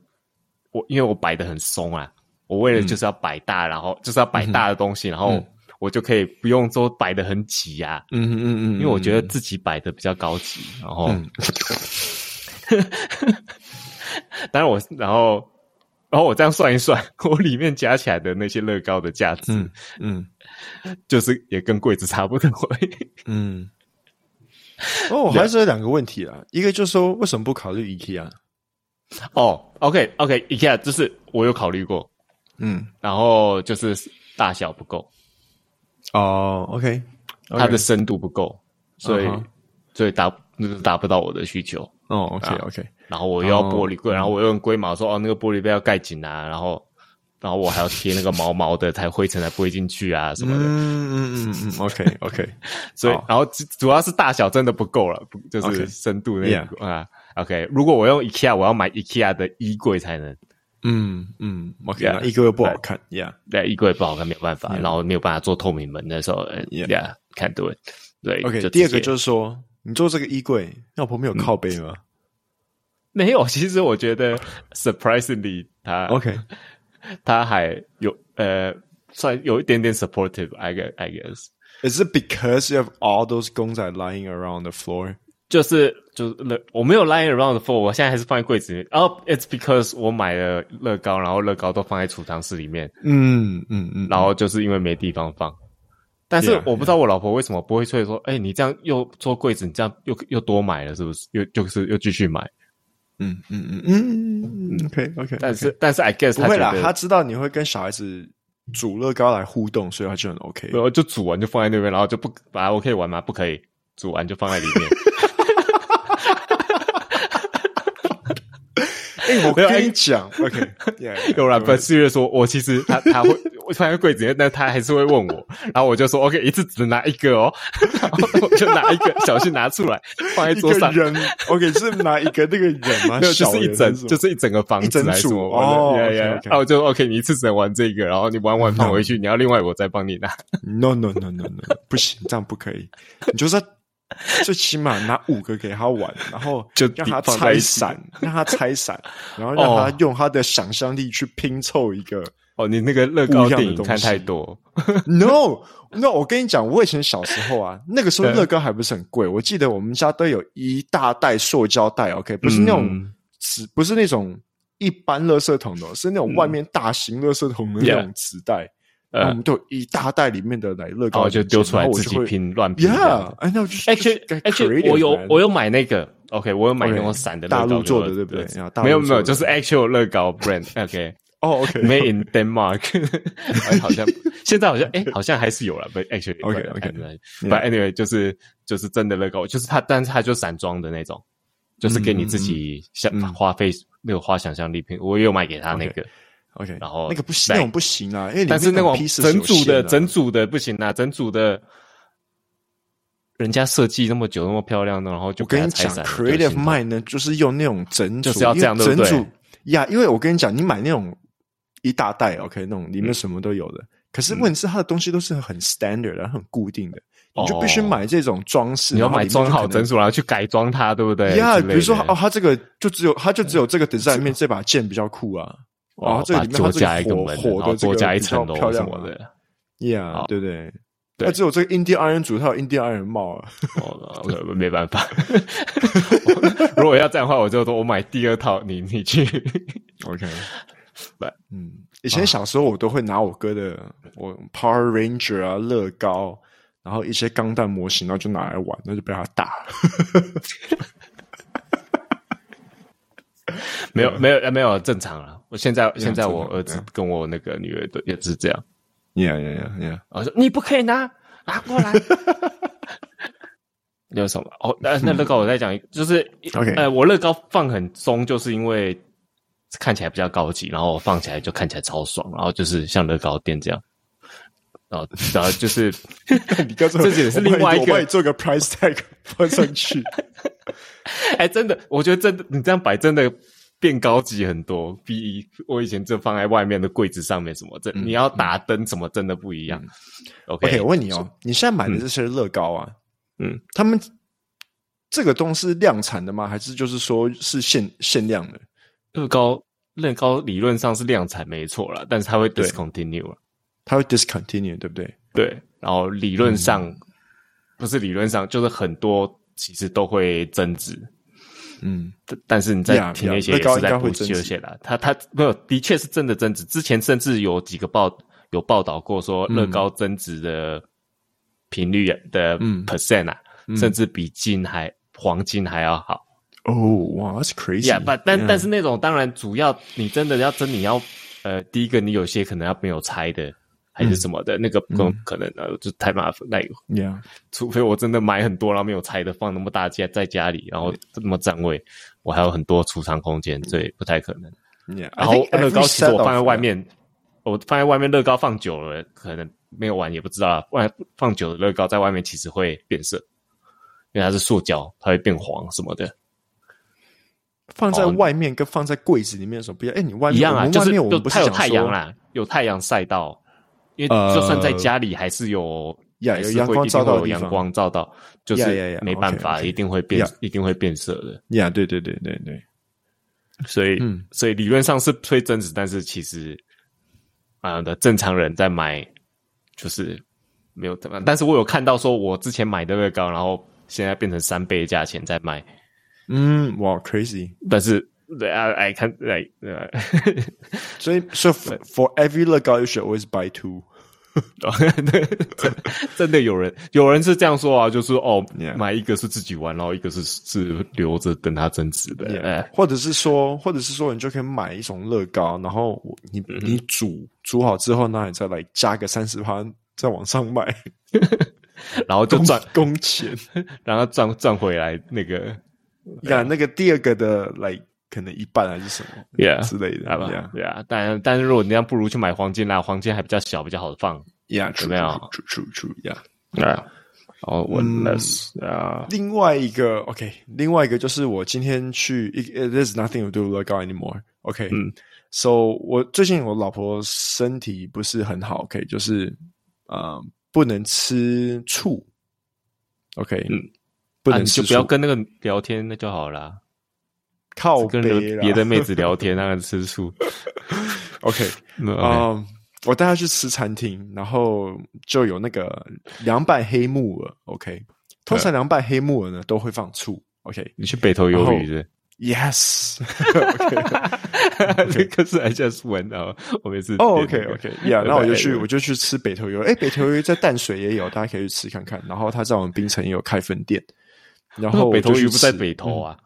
[SPEAKER 1] 我因为我摆的很松啊，我为
[SPEAKER 2] 嗯
[SPEAKER 1] 了就是要摆大，然后就是要摆大的东西，然后我就可以不用说摆的很挤啊，
[SPEAKER 2] 嗯嗯
[SPEAKER 1] 因
[SPEAKER 2] 嗯，
[SPEAKER 1] 为我觉得自己摆的比较高级，然后， 当然我然后然后我这样算一算， 我里面加起来的那些乐高的价值，
[SPEAKER 2] 嗯嗯
[SPEAKER 1] 就是也跟柜子差不多。
[SPEAKER 2] 嗯。哦，我还是有两个问题啦，一个就是说为什么不考虑 IKEA？
[SPEAKER 1] 哦，OK OK，一下就是我有考虑过，
[SPEAKER 2] 嗯，
[SPEAKER 1] 然后就是大小不够，
[SPEAKER 2] 哦，OK，
[SPEAKER 1] 它的深度不够，所以、
[SPEAKER 2] 嗯哼
[SPEAKER 1] 所以达就是达不到我的需求。
[SPEAKER 2] 哦，OK OK，
[SPEAKER 1] 然后我又要玻璃柜，然后我又用龟毛说哦，那个玻璃杯要盖紧啊，然后然后我还要贴那个毛毛的，才灰尘才不会进去啊什么的。
[SPEAKER 2] 嗯嗯嗯嗯，OK OK，
[SPEAKER 1] 所以
[SPEAKER 2] 好
[SPEAKER 1] 然后主主要是大小真的不够了，不就是
[SPEAKER 2] OK
[SPEAKER 1] 深度那个啊。OK，如果我用 IKEA，我要买 IKEA 的衣柜才能。
[SPEAKER 2] 嗯嗯，OK，那一个又不好看，Yeah，
[SPEAKER 1] 对，衣柜不好看，没有办法，然后没有办法做透明门的时候，呃
[SPEAKER 2] Yeah
[SPEAKER 1] yeah，看对，对。
[SPEAKER 2] OK，
[SPEAKER 1] 就
[SPEAKER 2] 第二
[SPEAKER 1] 直
[SPEAKER 2] 个
[SPEAKER 1] 接
[SPEAKER 2] 就是说，你做这个衣柜，那我旁边有靠背吗
[SPEAKER 1] 没有。 其实我觉得 surprisingly，他
[SPEAKER 2] ？OK，
[SPEAKER 1] 他还有呃，算有一点点 supportive，I guess I guess，
[SPEAKER 2] Is it because you have all those 公仔 lying around the floor?
[SPEAKER 1] 就是就是乐我没有 lying around the floor，我现在还是放在柜子里面。哦、i t s because 我买了乐高，然后乐高都放在储藏室里面，
[SPEAKER 2] 嗯嗯嗯，
[SPEAKER 1] 然后就是因为没地方放。但是
[SPEAKER 2] Yeah,
[SPEAKER 1] 我不知道我老婆为什么不会催说，哎、你这样又做柜子，你这样又又多买了，是不是？又就是又继续买。
[SPEAKER 2] 嗯嗯嗯嗯，OK OK。
[SPEAKER 1] 但是但是 I guess
[SPEAKER 2] 不
[SPEAKER 1] 他
[SPEAKER 2] 会
[SPEAKER 1] 觉
[SPEAKER 2] 啦，他
[SPEAKER 1] 得，
[SPEAKER 2] 知道你会跟小孩子煮乐高来互动，所以他就很 OK
[SPEAKER 1] 没。有就煮完就放在那边，然后就不把我可以玩吗？不可以，煮完就放在里面。
[SPEAKER 2] 哎，我
[SPEAKER 1] 没有
[SPEAKER 2] 跟
[SPEAKER 1] 哎
[SPEAKER 2] 你讲，OK，yeah，yeah，
[SPEAKER 1] 有啦，
[SPEAKER 2] 对
[SPEAKER 1] 本四月说，我其实他他会，我放在柜子里面，但他还是会问我，然后我就说 OK，一次只能拿一个哦， 然后我就拿一个，小心拿出来放在
[SPEAKER 2] 一
[SPEAKER 1] 桌
[SPEAKER 2] 个
[SPEAKER 1] 上。
[SPEAKER 2] 人，OK，是拿一个那个人吗？
[SPEAKER 1] 没有，就
[SPEAKER 2] 小
[SPEAKER 1] 是一
[SPEAKER 2] 人
[SPEAKER 1] 整
[SPEAKER 2] 还，
[SPEAKER 1] 就是一整个房
[SPEAKER 2] 一
[SPEAKER 1] 子
[SPEAKER 2] 整
[SPEAKER 1] 来
[SPEAKER 2] 组
[SPEAKER 1] 什么玩的，
[SPEAKER 2] 哦
[SPEAKER 1] 呀呀
[SPEAKER 2] OK，OK
[SPEAKER 1] 然后我就 OK，你一次只能玩这个，然后你玩完放回去，你要另外我再帮你拿。
[SPEAKER 2] No no no no no，不行，这样不可以。你就是要最起码拿五个给他玩，然后
[SPEAKER 1] 就
[SPEAKER 2] 让他
[SPEAKER 1] 放在
[SPEAKER 2] 拆
[SPEAKER 1] 一起
[SPEAKER 2] 散，让他拆散，然后让他用他的想象力去拼凑一个。
[SPEAKER 1] 哦，你那个乐高
[SPEAKER 2] 不一样的
[SPEAKER 1] 电影
[SPEAKER 2] 东西
[SPEAKER 1] 看太多，
[SPEAKER 2] No No，我跟你讲，我以前小时候啊，那个时候
[SPEAKER 1] 嗯
[SPEAKER 2] 乐高还不是很贵，我记得我们家都有一大袋塑胶袋，OK，不是那种
[SPEAKER 1] 嗯
[SPEAKER 2] 纸，不是那种一般垃圾桶的哦，是那种外面大型垃圾桶的那种纸袋。然后
[SPEAKER 1] 嗯呃，
[SPEAKER 2] 我们都有一大袋里面的来乐
[SPEAKER 1] 然
[SPEAKER 2] 高
[SPEAKER 1] 后
[SPEAKER 2] 零件，
[SPEAKER 1] 就丢出来
[SPEAKER 2] 然后我
[SPEAKER 1] 自
[SPEAKER 2] 就
[SPEAKER 1] 己
[SPEAKER 2] 会
[SPEAKER 1] 拼乱拼这样哎子。
[SPEAKER 2] Yeah, 哎 I know. Just,
[SPEAKER 1] Actually,
[SPEAKER 2] just get
[SPEAKER 1] actually，
[SPEAKER 2] creative,
[SPEAKER 1] 我有
[SPEAKER 2] man.
[SPEAKER 1] 我有买那个，OK，我有买
[SPEAKER 2] OK，
[SPEAKER 1] 那种散的乐
[SPEAKER 2] 大
[SPEAKER 1] 高给我，
[SPEAKER 2] 陆做的对不对啊大陆
[SPEAKER 1] 没有没
[SPEAKER 2] 做
[SPEAKER 1] 有，
[SPEAKER 2] 的
[SPEAKER 1] 就是 actual 乐高 brand，OK，Made、
[SPEAKER 2] 哦，OK，
[SPEAKER 1] in Denmark，哎好像现在好像哎、好像还是有了，不 actually
[SPEAKER 2] OK，OK 嗯
[SPEAKER 1] OK，but anyway 就是就是真的乐高，就是它，但是它就散装的那种，就是给你自己想、
[SPEAKER 2] 嗯
[SPEAKER 1] 花费那个花想象力拼，我也有买给他那个
[SPEAKER 2] OK，哎
[SPEAKER 1] 然后
[SPEAKER 2] 那个不行，
[SPEAKER 1] like-
[SPEAKER 2] 那种不行啊，因为你
[SPEAKER 1] 但是那
[SPEAKER 2] 种
[SPEAKER 1] 种
[SPEAKER 2] piece
[SPEAKER 1] 整组的整组的不行啊，整组的。人家设计那么久，那么漂亮的，然后就
[SPEAKER 2] 我跟
[SPEAKER 1] 给
[SPEAKER 2] 你
[SPEAKER 1] 它拆
[SPEAKER 2] 讲
[SPEAKER 1] 散了就
[SPEAKER 2] ，creative
[SPEAKER 1] 心痛
[SPEAKER 2] mind 呢，就是用那种整组，
[SPEAKER 1] 就是要这样
[SPEAKER 2] 因为
[SPEAKER 1] 对不对
[SPEAKER 2] 整组呀因为我跟你讲，你买那种一大袋，OK，那种里
[SPEAKER 1] 嗯
[SPEAKER 2] 面什么都有的。可是问题是，它的东西都是很 standard 的，很固定的，你就必须
[SPEAKER 1] 哦
[SPEAKER 2] 买这种装饰。
[SPEAKER 1] 你要
[SPEAKER 2] 然后
[SPEAKER 1] 买
[SPEAKER 2] 里面
[SPEAKER 1] 装
[SPEAKER 2] 就
[SPEAKER 1] 好
[SPEAKER 2] 可能
[SPEAKER 1] 整。组，然后去改装它，对不对？
[SPEAKER 2] 呀、
[SPEAKER 1] 之类
[SPEAKER 2] 比
[SPEAKER 1] 的嗯
[SPEAKER 2] 如说哦，，它这个就只有它就只有这个 design 里面这把剑比较酷啊，
[SPEAKER 1] 哦
[SPEAKER 2] 哦这里
[SPEAKER 1] 把
[SPEAKER 2] 面
[SPEAKER 1] 多
[SPEAKER 2] 它这个
[SPEAKER 1] 加一个
[SPEAKER 2] 火
[SPEAKER 1] 门，
[SPEAKER 2] 火的
[SPEAKER 1] 然后
[SPEAKER 2] 这
[SPEAKER 1] 多
[SPEAKER 2] 个
[SPEAKER 1] 加一
[SPEAKER 2] 比
[SPEAKER 1] 层
[SPEAKER 2] 较
[SPEAKER 1] 楼
[SPEAKER 2] 漂
[SPEAKER 1] 什
[SPEAKER 2] 亮
[SPEAKER 1] 么
[SPEAKER 2] 啊
[SPEAKER 1] 的。
[SPEAKER 2] Yeah，
[SPEAKER 1] 好
[SPEAKER 2] 对不对？
[SPEAKER 1] 对
[SPEAKER 2] 那只有这个印第安人组，他有印第安人帽啊。
[SPEAKER 1] 哦，OK，没办法。 如果要这样的话，我就说我买第二套，你你去。
[SPEAKER 2] OK，
[SPEAKER 1] But-
[SPEAKER 2] 嗯，以
[SPEAKER 1] 啊
[SPEAKER 2] 前小时候我都会拿我哥的我 Power Ranger 啊、乐高，然后一些钢弹模型，然后就拿来玩，那就被他打了。
[SPEAKER 1] 没有没有呃没有正常了。我现在现在我
[SPEAKER 2] 嗯正常嗯
[SPEAKER 1] 儿子跟我那个女儿都也是这样，
[SPEAKER 2] Yeah, yeah, yeah, yeah.
[SPEAKER 1] 我说你不可以拿，拿过来。 有什么？哦，那那乐高我再讲一个，就是
[SPEAKER 2] OK
[SPEAKER 1] 呃，我乐高放很松，就是因为看起来比较高级，然后我放起来就看起来超爽，然后就是像乐高店这样，然后然后就是
[SPEAKER 2] 你刚才
[SPEAKER 1] 这也是另外一个
[SPEAKER 2] 我帮你做个 price tag 放上 去。
[SPEAKER 1] 哎，真的，我觉得真的，你这样摆真的变高级很多。比我以前就放在外面的柜子上面什么，这、你要打灯什么，真的不一样。OK，,
[SPEAKER 2] 嗯 OK，我问你哦，你现在买的这些乐高啊，
[SPEAKER 1] 嗯，
[SPEAKER 2] 他们这个东西是量产的吗？还是就是说是限限量的？
[SPEAKER 1] 乐高乐高理论上是量产没错啦，但是它会 discontinue 了。
[SPEAKER 2] 它会 discontinue，对不对？
[SPEAKER 1] 对，然后理
[SPEAKER 2] 嗯
[SPEAKER 1] 论上、不是理论上，就是很多其实都会增值。
[SPEAKER 2] 嗯，
[SPEAKER 1] 但但是你在
[SPEAKER 2] Yeah,
[SPEAKER 1] 体内
[SPEAKER 2] yeah，
[SPEAKER 1] 写也
[SPEAKER 2] 乐高
[SPEAKER 1] 是
[SPEAKER 2] 应该
[SPEAKER 1] 在
[SPEAKER 2] 会
[SPEAKER 1] 补
[SPEAKER 2] 增
[SPEAKER 1] 吸
[SPEAKER 2] 值
[SPEAKER 1] 血啦，他他没有，的确是真的增值。之前甚至有几个报有报道过说，
[SPEAKER 2] 嗯
[SPEAKER 1] 乐高增值的频率的
[SPEAKER 2] 嗯
[SPEAKER 1] percent 啊，甚至比金还黄金还要好。
[SPEAKER 2] 哦，哇，that's crazy。
[SPEAKER 1] Yeah，but-
[SPEAKER 2] 嗯
[SPEAKER 1] 但但是那种当然主要你真的要真你要呃，第一个你有些可能要没有拆的还
[SPEAKER 2] 嗯
[SPEAKER 1] 是什么的，那个不可能呃就太麻烦。那
[SPEAKER 2] yeah，
[SPEAKER 1] 除非我真的买很多，然后没有拆的放那么大家在家里，然后这么占位，我还有很多储藏空间，所以不太可能。
[SPEAKER 2] Yeah,
[SPEAKER 1] 然后乐高其实我放在外，面，我放在外面乐高放久了，可能没有玩也不知道啊。外放久了乐高在外面其实会变色，因为它是塑胶，它会变黄什么的。
[SPEAKER 2] 放在外面跟放在柜子里面有什么不一样？哎，你外面
[SPEAKER 1] 一样
[SPEAKER 2] 我
[SPEAKER 1] 啊，
[SPEAKER 2] 们
[SPEAKER 1] 就
[SPEAKER 2] 外
[SPEAKER 1] 是
[SPEAKER 2] 面
[SPEAKER 1] 有
[SPEAKER 2] 我们不是
[SPEAKER 1] 它有
[SPEAKER 2] 讲
[SPEAKER 1] 太阳
[SPEAKER 2] 说
[SPEAKER 1] 啦，有太阳晒到，因
[SPEAKER 2] 呃
[SPEAKER 1] 为就算在家里还是有。
[SPEAKER 2] 呀
[SPEAKER 1] 还
[SPEAKER 2] 有
[SPEAKER 1] 是
[SPEAKER 2] 阳
[SPEAKER 1] 会
[SPEAKER 2] 光
[SPEAKER 1] 一定
[SPEAKER 2] 照
[SPEAKER 1] 会
[SPEAKER 2] 到
[SPEAKER 1] 有
[SPEAKER 2] 的地
[SPEAKER 1] 阳
[SPEAKER 2] 方
[SPEAKER 1] 光照到，就
[SPEAKER 2] Yeah, yeah,
[SPEAKER 1] 是
[SPEAKER 2] yeah,
[SPEAKER 1] 没办
[SPEAKER 2] OK，
[SPEAKER 1] 法
[SPEAKER 2] OK
[SPEAKER 1] 一定会变
[SPEAKER 2] Yeah，
[SPEAKER 1] 一定会变色的。
[SPEAKER 2] 呀，对对对对对，
[SPEAKER 1] 所以，
[SPEAKER 2] 嗯
[SPEAKER 1] 所以理论上是推增值，但是其实，啊、的正常人在买就是没有怎么样。但是我有看到说，我之前买的乐高，然后现在变成三倍的价钱在卖，
[SPEAKER 2] 嗯，哇，crazy！
[SPEAKER 1] 但是对啊，哎，看来呃，
[SPEAKER 2] 所以所以 for for every 乐高，you should always buy two。
[SPEAKER 1] 哦真真的有人有人是这样说啊，就是哦
[SPEAKER 2] Yeah
[SPEAKER 1] 买一个是自己玩，然后一个是是留着等它增值的。哎
[SPEAKER 2] 或者是说，或者是说，你就可以买一种乐高，然后我你
[SPEAKER 1] Mm-hmm
[SPEAKER 2] 你煮煮好之后，那你再来加个三十趴，再往上卖，
[SPEAKER 1] 然 后就
[SPEAKER 2] 工
[SPEAKER 1] 赚，
[SPEAKER 2] 工 钱。
[SPEAKER 1] 然后赚赚回来那个
[SPEAKER 2] 呀，那个第二个的 like 可能一半还是什么
[SPEAKER 1] Yeah，
[SPEAKER 2] 之类的
[SPEAKER 1] 好吧
[SPEAKER 2] ，Yeah，Yeah，
[SPEAKER 1] 对啊，但但是如果你那样，不如去买黄金啦，黄金还比较小，比较好放。
[SPEAKER 2] 出
[SPEAKER 1] 么样
[SPEAKER 2] 出出出出，Yeah。嗯
[SPEAKER 1] 啊，哦，我那是啊，
[SPEAKER 2] 另外一个 OK，另外一个就是我今天去一呃 There's nothing to do with Lego anymore。OK，
[SPEAKER 1] 嗯
[SPEAKER 2] ，So 我最近我老婆身体不是很好，OK，就是呃不能吃醋，OK，
[SPEAKER 1] 嗯，
[SPEAKER 2] 不
[SPEAKER 1] 啊
[SPEAKER 2] 能
[SPEAKER 1] 你
[SPEAKER 2] 吃
[SPEAKER 1] 就
[SPEAKER 2] 醋，
[SPEAKER 1] 不要跟那个聊天，那就好啦。
[SPEAKER 2] 靠
[SPEAKER 1] 跟
[SPEAKER 2] 背啦
[SPEAKER 1] 别的妹子聊天，让人吃醋。
[SPEAKER 2] OK，
[SPEAKER 1] 嗯，OK，
[SPEAKER 2] 嗯，我带她去吃餐厅，然后就有那个凉拌黑木耳，OK，通
[SPEAKER 1] 嗯
[SPEAKER 2] 常凉拌黑木耳呢都会放醋，OK，Yes，OK，、
[SPEAKER 1] 你去北投鱿鱼是
[SPEAKER 2] OK
[SPEAKER 1] 不是？可是 I just went 啊，我每次
[SPEAKER 2] 哦、o
[SPEAKER 1] 点
[SPEAKER 2] k
[SPEAKER 1] 那个
[SPEAKER 2] OK，yeah，那我就去，
[SPEAKER 1] 对
[SPEAKER 2] 我就去吃北头油。哎，北头油在淡水也有，大家可以去吃看看。然后他在我们槟城也有开分店，然后
[SPEAKER 1] 北投
[SPEAKER 2] 头
[SPEAKER 1] 鱼不在北投啊。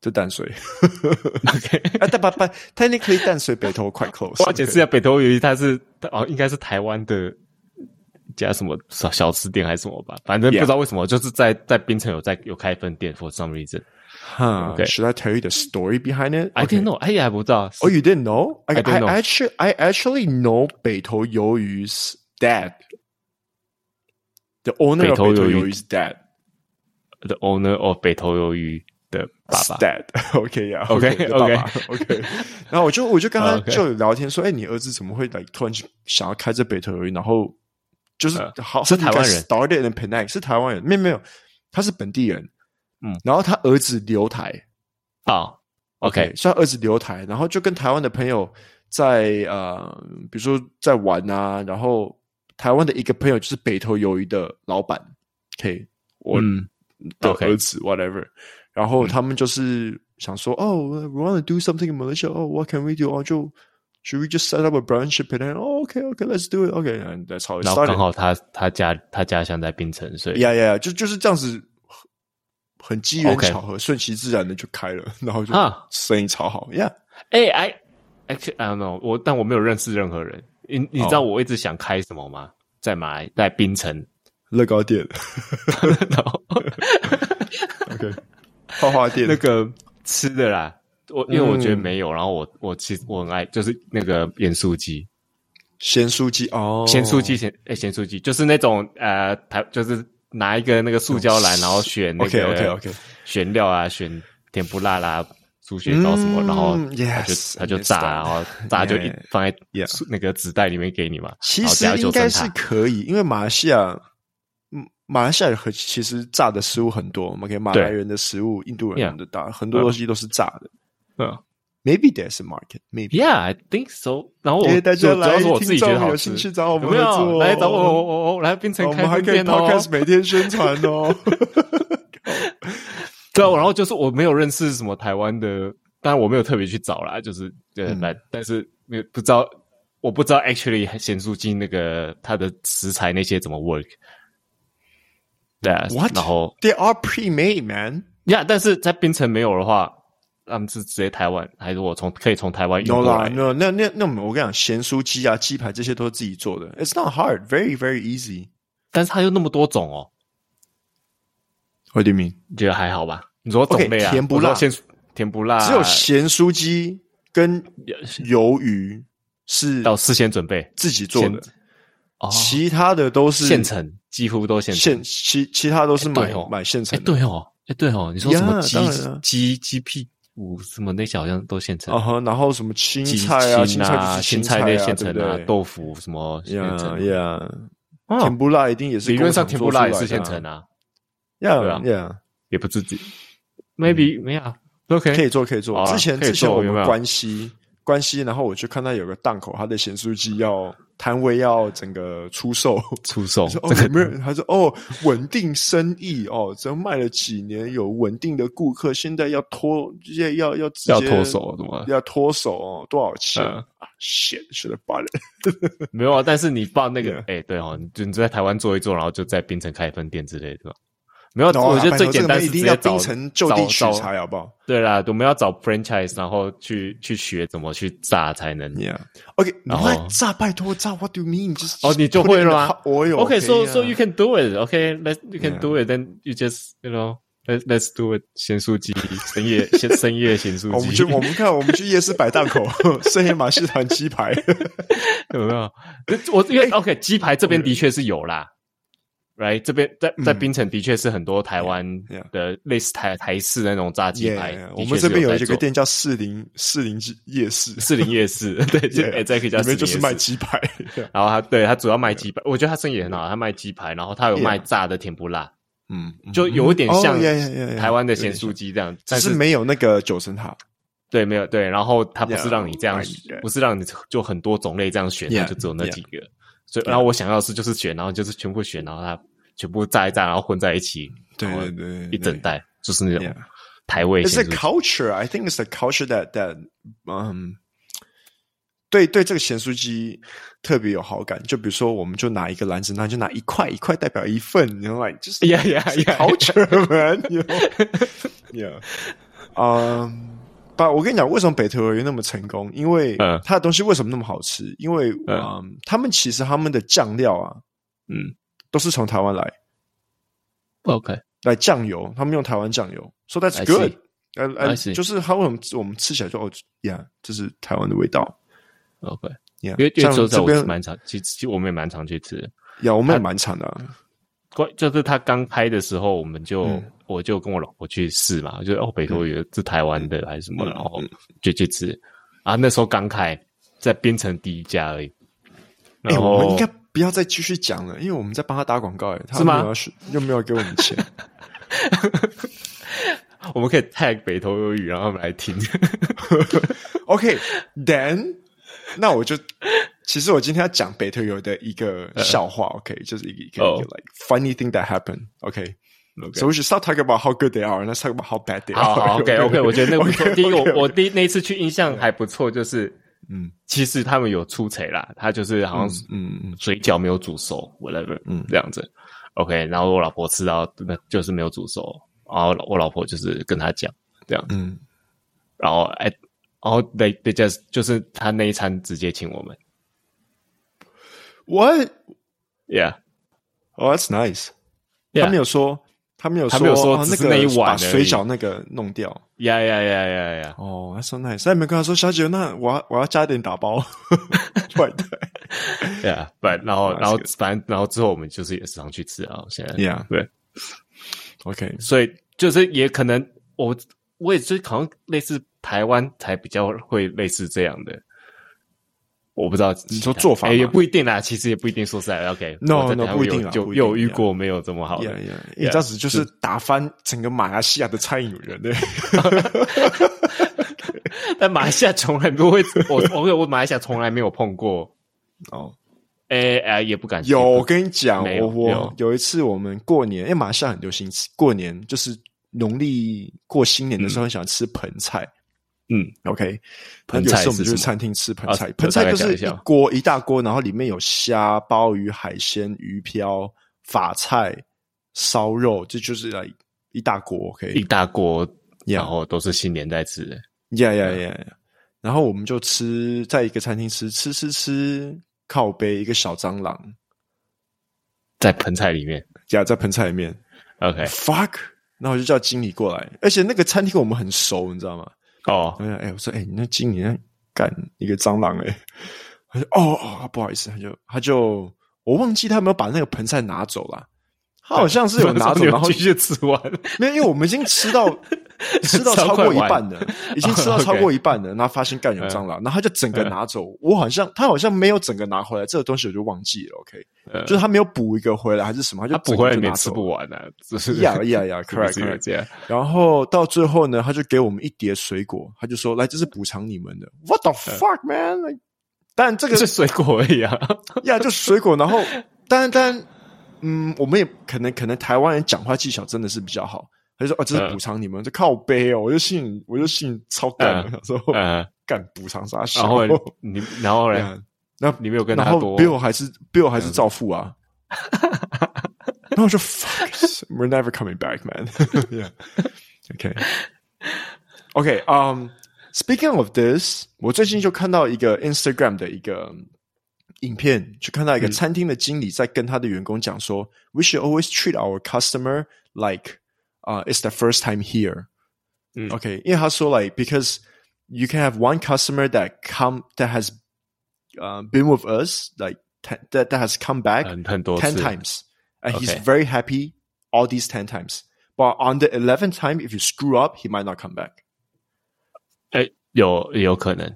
[SPEAKER 2] 在淡水
[SPEAKER 1] OK，
[SPEAKER 2] 啊，但不不，technically 淡水北头 quite close。
[SPEAKER 1] 我要解释一下，北投鱿鱼它是它哦，应该是台湾的加什么小小吃店还是什么吧，反正不
[SPEAKER 2] Yeah
[SPEAKER 1] 知道为什么，就是在在槟城有在有开分店，for some reason。
[SPEAKER 2] 哈
[SPEAKER 1] OK
[SPEAKER 2] ，Should I tell you the story behind it?
[SPEAKER 1] I didn't know，哎呀，还不知道。
[SPEAKER 2] Oh, you didn't know? I,
[SPEAKER 1] I didn't know.
[SPEAKER 2] I actually, I actually know 北头鱿鱼's dad. The owner
[SPEAKER 1] 北
[SPEAKER 2] of 北
[SPEAKER 1] 投
[SPEAKER 2] 头
[SPEAKER 1] 鱿
[SPEAKER 2] 鱿
[SPEAKER 1] 鱼
[SPEAKER 2] 鱼 's dad.
[SPEAKER 1] the owner of 北投鱿鱼的爸爸。
[SPEAKER 2] Dad, OK 呀
[SPEAKER 1] OK，啊
[SPEAKER 2] 的爸爸 OK。然后我就我就跟他
[SPEAKER 1] OK
[SPEAKER 2] 就聊天说，哎，你儿子怎么会来突然想要开这北投游然后就是
[SPEAKER 1] 呃
[SPEAKER 2] 好
[SPEAKER 1] 是台湾人
[SPEAKER 2] s t a r t e d in Penang 是台湾人，没有没有，他是本地人。
[SPEAKER 1] 嗯，
[SPEAKER 2] 然后他儿子留台
[SPEAKER 1] 哦，OK，
[SPEAKER 2] 对所以他儿子留台，然后就跟台湾的朋友在呃，比如说在玩啊，然后台湾的一个朋友就是北投鱿鱼的老板，OK，我
[SPEAKER 1] 嗯
[SPEAKER 2] 的
[SPEAKER 1] OK 嗯
[SPEAKER 2] 儿子 whatever，然后他们就是想说，哦、w e want to do something in Malaysia，哦、w h a t can we do？哦、就 should we just set up a branch in Penang？哦、o k o k let's do it。OK，and、that's how it
[SPEAKER 1] 然后刚
[SPEAKER 2] started。
[SPEAKER 1] 好他他家他家乡在槟城，所以
[SPEAKER 2] Yeah, yeah，就就是这样子，很很机缘
[SPEAKER 1] OK
[SPEAKER 2] 巧合顺其自然的就开了，然后就
[SPEAKER 1] 啊
[SPEAKER 2] 生意超好。Yeah，
[SPEAKER 1] 哎，I actually I don't know，我但我没有认识任何人。你你知道
[SPEAKER 2] 哦
[SPEAKER 1] 我一直想开什么吗？在马来在槟 城，
[SPEAKER 2] 乐高店
[SPEAKER 1] 然后
[SPEAKER 2] ，OK，画画店
[SPEAKER 1] 那个吃的啦。我因为我觉得
[SPEAKER 2] 嗯
[SPEAKER 1] 没有，然后我我其实我很爱就是那个盐酥鸡，
[SPEAKER 2] 咸酥鸡哦，
[SPEAKER 1] 咸酥鸡咸哎咸酥鸡就是那种呃台就是拿一个那个塑胶篮，然后选那
[SPEAKER 2] OK
[SPEAKER 1] 个
[SPEAKER 2] OK OK，
[SPEAKER 1] 选料啊，选甜不辣啦、猪血糕什么，
[SPEAKER 2] 嗯
[SPEAKER 1] 然后他就
[SPEAKER 2] yes，
[SPEAKER 1] 他就炸，
[SPEAKER 2] understand
[SPEAKER 1] 然后炸就一
[SPEAKER 2] Yeah，
[SPEAKER 1] 放在
[SPEAKER 2] yeah
[SPEAKER 1] 那个纸袋里面给你嘛。
[SPEAKER 2] 其
[SPEAKER 1] 然后
[SPEAKER 2] 实
[SPEAKER 1] 加
[SPEAKER 2] 应
[SPEAKER 1] 九
[SPEAKER 2] 该
[SPEAKER 1] 层
[SPEAKER 2] 是
[SPEAKER 1] 塔，
[SPEAKER 2] 可以，因为马来西亚，嗯，马来西亚和其实炸的食物很多，OK，马来人的食物、印度人的炸很多东西都是炸的。
[SPEAKER 1] 嗯
[SPEAKER 2] Maybe there's a market, maybe.
[SPEAKER 1] ，Yeah, I think so。然后我
[SPEAKER 2] 哎大家
[SPEAKER 1] 就主要是
[SPEAKER 2] 来
[SPEAKER 1] 我自己觉
[SPEAKER 2] 听
[SPEAKER 1] 得
[SPEAKER 2] 众
[SPEAKER 1] 好
[SPEAKER 2] 有
[SPEAKER 1] 吃，
[SPEAKER 2] 兴趣找我们
[SPEAKER 1] 有没有
[SPEAKER 2] 合作哦
[SPEAKER 1] 来找我，我我我来变成
[SPEAKER 2] 我
[SPEAKER 1] 开
[SPEAKER 2] 们还
[SPEAKER 1] 分
[SPEAKER 2] 可以
[SPEAKER 1] 店哦。
[SPEAKER 2] podcast 每天宣传 哦。
[SPEAKER 1] 对啊，然后就是我没有认识什么台湾的，当然我没有特别去找啦，就是呃，
[SPEAKER 2] 嗯
[SPEAKER 1] 来、但是没有不知道，我不知道 actually 咸酥鸡那个它的食材那些怎么 work。对啊
[SPEAKER 2] What？
[SPEAKER 1] 然后
[SPEAKER 2] They are pre-made, man.
[SPEAKER 1] 呀但是在槟城没有的话，他们是直接台湾，还是我从可以从台湾运
[SPEAKER 2] No
[SPEAKER 1] 过来
[SPEAKER 2] 啦，no，那那那我们我跟你讲，咸酥鸡啊、鸡排这些都是自己做的。It's not hard, very very easy.
[SPEAKER 1] 但是它有那么多种哦，
[SPEAKER 2] What do you mean?
[SPEAKER 1] 你觉得还好吧？你说种
[SPEAKER 2] OK，
[SPEAKER 1] 类啊
[SPEAKER 2] 甜不
[SPEAKER 1] 我说
[SPEAKER 2] 辣
[SPEAKER 1] 咸酥甜不辣，
[SPEAKER 2] 只有咸酥鸡跟鱿鱼是
[SPEAKER 1] 要事先准备
[SPEAKER 2] 自己做
[SPEAKER 1] 现，
[SPEAKER 2] 的
[SPEAKER 1] 哦，
[SPEAKER 2] 其他的都是
[SPEAKER 1] 现成几乎都现成，
[SPEAKER 2] 现其其他都是
[SPEAKER 1] 哎
[SPEAKER 2] 买
[SPEAKER 1] 对哦
[SPEAKER 2] 买现
[SPEAKER 1] 哎、
[SPEAKER 2] 成的。
[SPEAKER 1] 对哦，哎、对哦，你说什么
[SPEAKER 2] 呀
[SPEAKER 1] 鸡
[SPEAKER 2] 当然啊
[SPEAKER 1] 鸡鸡屁股什么那些好像都现成，
[SPEAKER 2] 啊哈，然后什么青
[SPEAKER 1] 鸡
[SPEAKER 2] 菜啊，
[SPEAKER 1] 心
[SPEAKER 2] 青菜就
[SPEAKER 1] 啊，
[SPEAKER 2] 是
[SPEAKER 1] 青
[SPEAKER 2] 青菜
[SPEAKER 1] 那
[SPEAKER 2] 啊，
[SPEAKER 1] 些现成
[SPEAKER 2] 对不对
[SPEAKER 1] 豆腐什么现
[SPEAKER 2] 呀
[SPEAKER 1] 成，
[SPEAKER 2] 呀，
[SPEAKER 1] 哦
[SPEAKER 2] 甜不辣一定也是
[SPEAKER 1] 理论上甜不辣也是现
[SPEAKER 2] 现
[SPEAKER 1] 成。啊，对啊
[SPEAKER 2] 呀呀，
[SPEAKER 1] 也不自己，maybe 没有啊，OK，
[SPEAKER 2] 嗯可以做可以做
[SPEAKER 1] 好。啦啊
[SPEAKER 2] 之前
[SPEAKER 1] 可以
[SPEAKER 2] 之前
[SPEAKER 1] 做
[SPEAKER 2] 我
[SPEAKER 1] 有没
[SPEAKER 2] 们
[SPEAKER 1] 有
[SPEAKER 2] 关西关西，然后我去看到有个档口，他的咸酥鸡要摊位要整个出售。
[SPEAKER 1] 出售
[SPEAKER 2] 说
[SPEAKER 1] 这
[SPEAKER 2] 哦，有
[SPEAKER 1] 个
[SPEAKER 2] 没有人？他说哦，稳定生意哦，只要卖了几年，有稳定的顾客，现在要脱，要要要直接
[SPEAKER 1] 要脱手什么的？
[SPEAKER 2] 要脱手哦，多少钱、
[SPEAKER 1] 嗯
[SPEAKER 2] 啊？shit，should have bought it
[SPEAKER 1] 没有啊，但是你放那个
[SPEAKER 2] Yeah，
[SPEAKER 1] 哎、对哦，你就你在台湾做一做，然后就在槟城开分店之类的。没有
[SPEAKER 2] No 啊。
[SPEAKER 1] 我觉得
[SPEAKER 2] 拜
[SPEAKER 1] 最
[SPEAKER 2] 托
[SPEAKER 1] 简
[SPEAKER 2] 这个
[SPEAKER 1] 单是
[SPEAKER 2] 一
[SPEAKER 1] 直
[SPEAKER 2] 定要
[SPEAKER 1] 接找
[SPEAKER 2] 冰城就地取
[SPEAKER 1] 找找
[SPEAKER 2] 材，啊好不好
[SPEAKER 1] 对啦，我们要找 franchise，然后去去学怎么去炸才能。
[SPEAKER 2] ？Yeah，OK，、你
[SPEAKER 1] 然后
[SPEAKER 2] 快炸，拜托炸，What do you mean？就是
[SPEAKER 1] 哦你就会了吗
[SPEAKER 2] o
[SPEAKER 1] Okay, so so you can
[SPEAKER 2] can
[SPEAKER 1] do it. Okay, let you can do it. Then you just you know Let Let's do it，咸酥鸡，深 夜深深夜咸酥鸡。
[SPEAKER 2] 哦我 们去，我们看，我们去夜市摆档口， 深夜马戏团鸡排
[SPEAKER 1] 有没有？我因为、OK，鸡
[SPEAKER 2] 哎
[SPEAKER 1] 排这边的确是有啦。right 这边在
[SPEAKER 2] 嗯
[SPEAKER 1] 在槟城的确是很多台湾的类似台台式那种 炸鸡排
[SPEAKER 2] Yeah，
[SPEAKER 1] 的
[SPEAKER 2] 我
[SPEAKER 1] 确
[SPEAKER 2] 们
[SPEAKER 1] 是
[SPEAKER 2] 这边有
[SPEAKER 1] 在
[SPEAKER 2] 一个
[SPEAKER 1] 做
[SPEAKER 2] 店叫士林士林鸡夜市，
[SPEAKER 1] 士林夜市， 对，就
[SPEAKER 2] Yeah，
[SPEAKER 1] 哎，再可以叫
[SPEAKER 2] 里
[SPEAKER 1] 士林
[SPEAKER 2] 面就
[SPEAKER 1] 夜市
[SPEAKER 2] 是卖鸡排。Yeah，
[SPEAKER 1] 然后他对他主要卖鸡排，我觉得他生意也很好，他卖鸡排，然后他有
[SPEAKER 2] Yeah
[SPEAKER 1] 卖炸的甜不辣，
[SPEAKER 2] 嗯，嗯
[SPEAKER 1] 就有一点
[SPEAKER 2] 哦
[SPEAKER 1] 像
[SPEAKER 2] yeah, yeah, yeah, yeah，
[SPEAKER 1] 台湾的
[SPEAKER 2] 有
[SPEAKER 1] 咸
[SPEAKER 2] 点
[SPEAKER 1] 酥鸡这样，
[SPEAKER 2] 只
[SPEAKER 1] 但
[SPEAKER 2] 是
[SPEAKER 1] 是
[SPEAKER 2] 没有那个九层塔。
[SPEAKER 1] 对没有对，然后他不
[SPEAKER 2] Yeah，
[SPEAKER 1] 是让你这样
[SPEAKER 2] I get，
[SPEAKER 1] 不是让你就很多种类这样选，
[SPEAKER 2] Yeah，
[SPEAKER 1] 他就只有那几个。所以然后我想要的是就是选，然后就是全部选，然后他全部炸一炸，然后混在一起，
[SPEAKER 2] 对
[SPEAKER 1] 然后
[SPEAKER 2] 对对，
[SPEAKER 1] 一整
[SPEAKER 2] 袋。
[SPEAKER 1] 袋就是那种
[SPEAKER 2] Yeah
[SPEAKER 1] 台味
[SPEAKER 2] It's
[SPEAKER 1] 咸
[SPEAKER 2] a
[SPEAKER 1] 酥鸡。
[SPEAKER 2] culture. I think it's the culture that that 嗯、对对，这个咸酥鸡特别有好感。就比如说，我们就拿一个篮子，那就拿一块一块代表一份，你 know, like 就是
[SPEAKER 1] Yeah, yeah,
[SPEAKER 2] it's a
[SPEAKER 1] yeah.
[SPEAKER 2] culture man. You know? yeah. 嗯，把我跟你讲，为什么北投园那么成功？因为
[SPEAKER 1] 嗯
[SPEAKER 2] 它的东西为什么那么好吃？因为嗯
[SPEAKER 1] 嗯
[SPEAKER 2] 他们其实他们的酱料啊
[SPEAKER 1] 嗯
[SPEAKER 2] 都是从台湾来。
[SPEAKER 1] ，OK，
[SPEAKER 2] 来酱油，他们用台湾酱油，so that's
[SPEAKER 1] I
[SPEAKER 2] good
[SPEAKER 1] see.。
[SPEAKER 2] 呃
[SPEAKER 1] I
[SPEAKER 2] 呃，
[SPEAKER 1] see.
[SPEAKER 2] 就是它为什么我们吃起来就哦呀，这是台湾的味道。
[SPEAKER 1] OK，因
[SPEAKER 2] Yeah,
[SPEAKER 1] 为因为
[SPEAKER 2] 像
[SPEAKER 1] 周
[SPEAKER 2] 这
[SPEAKER 1] 周
[SPEAKER 2] 边
[SPEAKER 1] 我蛮常，其实其实我们也蛮常去吃的。
[SPEAKER 2] 呀，我们也蛮惨的啊。
[SPEAKER 1] 关就是他刚拍的时候，我们就、
[SPEAKER 2] 嗯
[SPEAKER 1] 我就跟我老婆去试嘛，我就哦北投有是台湾的还是什么，
[SPEAKER 2] 嗯
[SPEAKER 1] 然后就去吃。啊，那时候刚开，在槟城第一家而已。
[SPEAKER 2] 哎，
[SPEAKER 1] 然后
[SPEAKER 2] 我们应该不要再继续讲了，因为我们在帮他打广告，哎，他
[SPEAKER 1] 是吗
[SPEAKER 2] 没有要是又没有给我们钱。
[SPEAKER 1] 我们可以 tag 北投有雨，让他们来听。
[SPEAKER 2] OK，then，那我就其实我今天要讲北投有的一个笑话，OK，就是一个一个
[SPEAKER 1] 呃哦
[SPEAKER 2] 一个 like funny thing that happened。
[SPEAKER 1] OK
[SPEAKER 2] OK，so we should stop talking about how good they are and let's talk about how bad they
[SPEAKER 1] 好
[SPEAKER 2] are.
[SPEAKER 1] 好，OK OK，我觉得那个不错。
[SPEAKER 2] OK，OK，
[SPEAKER 1] 第一个，我
[SPEAKER 2] OK，OK
[SPEAKER 1] 我第一那一次去印象还不错，就是
[SPEAKER 2] 嗯
[SPEAKER 1] 其实他们有出彩啦，他就是好像是
[SPEAKER 2] 嗯嗯嗯
[SPEAKER 1] 水饺没有煮熟，whatever，
[SPEAKER 2] 嗯
[SPEAKER 1] 嗯，这样子。OK，然后我老婆吃到那就是没有煮熟，然后我老婆就是跟他讲这样，
[SPEAKER 2] 嗯。
[SPEAKER 1] 然后哎，然后 they they just 就是他那一餐直接请我们
[SPEAKER 2] What?
[SPEAKER 1] ，Yeah，
[SPEAKER 2] Oh, that's nice. 他没有说，他没有说，
[SPEAKER 1] 他没有说
[SPEAKER 2] 哦
[SPEAKER 1] 只
[SPEAKER 2] 那
[SPEAKER 1] 是
[SPEAKER 2] 个
[SPEAKER 1] 那一碗
[SPEAKER 2] 把
[SPEAKER 1] 而已
[SPEAKER 2] 水饺那个弄掉。
[SPEAKER 1] ，Yeah Yeah Yeah Yeah Yeah，
[SPEAKER 2] 哦，that's so nice。那你们跟他说，小姐，那我要我要加点打包， 坏蛋。
[SPEAKER 1] Yeah，but 然后
[SPEAKER 2] That's
[SPEAKER 1] 然后
[SPEAKER 2] good
[SPEAKER 1] 反正然后之后我们就是也时常去吃啊，现在
[SPEAKER 2] Yeah
[SPEAKER 1] 对，
[SPEAKER 2] OK，
[SPEAKER 1] 所以就是也可能我我也是好像类似台湾才比较会类似这样的，我不知道
[SPEAKER 2] 你说做法吗
[SPEAKER 1] 哎也不一定啦，其实也不一定。说实在，OK，
[SPEAKER 2] No，
[SPEAKER 1] 我在
[SPEAKER 2] no，
[SPEAKER 1] 台湾
[SPEAKER 2] 不一
[SPEAKER 1] 有
[SPEAKER 2] 定啦不
[SPEAKER 1] 就
[SPEAKER 2] 一定
[SPEAKER 1] 有遇过没有这么好
[SPEAKER 2] 呀
[SPEAKER 1] 的
[SPEAKER 2] 呀，你
[SPEAKER 1] Yeah，
[SPEAKER 2] 这样子就是打翻整个马来西亚的餐饮人欸呢。
[SPEAKER 1] 但马来西亚从来不会，我 我我马来西亚从来没有碰过，
[SPEAKER 2] 哦，
[SPEAKER 1] 哎哎也不敢
[SPEAKER 2] 有，我跟你讲，
[SPEAKER 1] 没
[SPEAKER 2] 我
[SPEAKER 1] 有
[SPEAKER 2] 我
[SPEAKER 1] 有
[SPEAKER 2] 有一次我们过年，因为马来西亚很流行吃过年，就是农历过新年的时候，很喜欢吃盆菜。
[SPEAKER 1] 嗯
[SPEAKER 2] OK，
[SPEAKER 1] 盆
[SPEAKER 2] 有
[SPEAKER 1] 菜
[SPEAKER 2] 时候我们
[SPEAKER 1] 是什么
[SPEAKER 2] 就去餐厅吃盆菜，
[SPEAKER 1] 啊
[SPEAKER 2] 盆菜
[SPEAKER 1] 大
[SPEAKER 2] 就
[SPEAKER 1] 概
[SPEAKER 2] 是
[SPEAKER 1] 讲一下
[SPEAKER 2] 一锅一大锅，然后里面有虾、鲍鱼、海鲜、鱼漂、法菜、烧肉，这就是来一大锅。
[SPEAKER 1] 一
[SPEAKER 2] OK，
[SPEAKER 1] 大锅，
[SPEAKER 2] Yeah
[SPEAKER 1] 然后都是新年在吃的，
[SPEAKER 2] 呀呀
[SPEAKER 1] 嗯
[SPEAKER 2] 呀！然后我们就吃，在一个餐厅吃，吃吃吃，靠背一个小蟑螂
[SPEAKER 1] 在盆菜里面
[SPEAKER 2] 夹在盆菜里面
[SPEAKER 1] ，OK，
[SPEAKER 2] ，fuck！然后我就叫经理过来，而且那个餐厅我们很熟，你知道吗？
[SPEAKER 1] 哦
[SPEAKER 2] 我，就哎、我说哎、你那经理那干一个蟑螂哎、他说哦哦，不好意思，他就他就我忘记他有没有把那个盆菜拿走了，他好像是有拿走，
[SPEAKER 1] 你们
[SPEAKER 2] 然后
[SPEAKER 1] 继续吃 完，
[SPEAKER 2] 没有，因为我们已经 吃到吃到超过一半了，已经吃到超过一半了，然后发现干有
[SPEAKER 1] 嗯
[SPEAKER 2] 蟑螂，然后他就整个拿走，我好像他好像没有整个拿回来，这个东西我就忘记了，OK，
[SPEAKER 1] 嗯
[SPEAKER 2] 就是他没有补一个回来还是什么，他
[SPEAKER 1] 他
[SPEAKER 2] 就
[SPEAKER 1] 补
[SPEAKER 2] 整
[SPEAKER 1] 回
[SPEAKER 2] 个
[SPEAKER 1] 来
[SPEAKER 2] 就
[SPEAKER 1] 也
[SPEAKER 2] 拿
[SPEAKER 1] 吃
[SPEAKER 2] 走
[SPEAKER 1] 不完啊，只是
[SPEAKER 2] 呀 呀呀
[SPEAKER 1] 是不
[SPEAKER 2] ，correct
[SPEAKER 1] 是有
[SPEAKER 2] correct。
[SPEAKER 1] 这样。
[SPEAKER 2] 然后到最后呢，他就给我们一碟水果，他就说：“来，这是补偿你们的。”What the fuck, man！、Like，但 这 个
[SPEAKER 1] 是水果而已啊。
[SPEAKER 2] 呀，就是水果。然后，当然，当然，嗯，我们也可能可能台湾人讲话技巧真的是比较好。他就说：“哦，这
[SPEAKER 1] 嗯
[SPEAKER 2] 是补偿你们，这靠背哦。”我就信，我就信超干的，
[SPEAKER 1] 嗯
[SPEAKER 2] 想说
[SPEAKER 1] 嗯，
[SPEAKER 2] 干补偿啥小
[SPEAKER 1] 然后
[SPEAKER 2] 哦
[SPEAKER 1] 你，然后嘞，
[SPEAKER 2] 呀那
[SPEAKER 1] 你没有跟
[SPEAKER 2] 然
[SPEAKER 1] 他
[SPEAKER 2] 后
[SPEAKER 1] 多
[SPEAKER 2] Bill 还是 Bill 还是照 付啊。然后我就 fuck, we're never coming back, man. yeah. Okay. Okay. Um, speaking of this，我最近就看到一个 Instagram 的一个影片，就看到一个餐厅的经理在跟他的员工讲说、w e should always treat our customer like uh, it's their first time here.
[SPEAKER 1] 嗯
[SPEAKER 2] Okay, 因为他说 like because you can have one customer that come that has uh, been with us like te- that that has come back
[SPEAKER 1] 很很多
[SPEAKER 2] 10
[SPEAKER 1] 次
[SPEAKER 2] times and he's
[SPEAKER 1] Okay.
[SPEAKER 2] very happy all these 10 times. But on the 11th time if you screw up, he might not come back.
[SPEAKER 1] 哎、有有可能，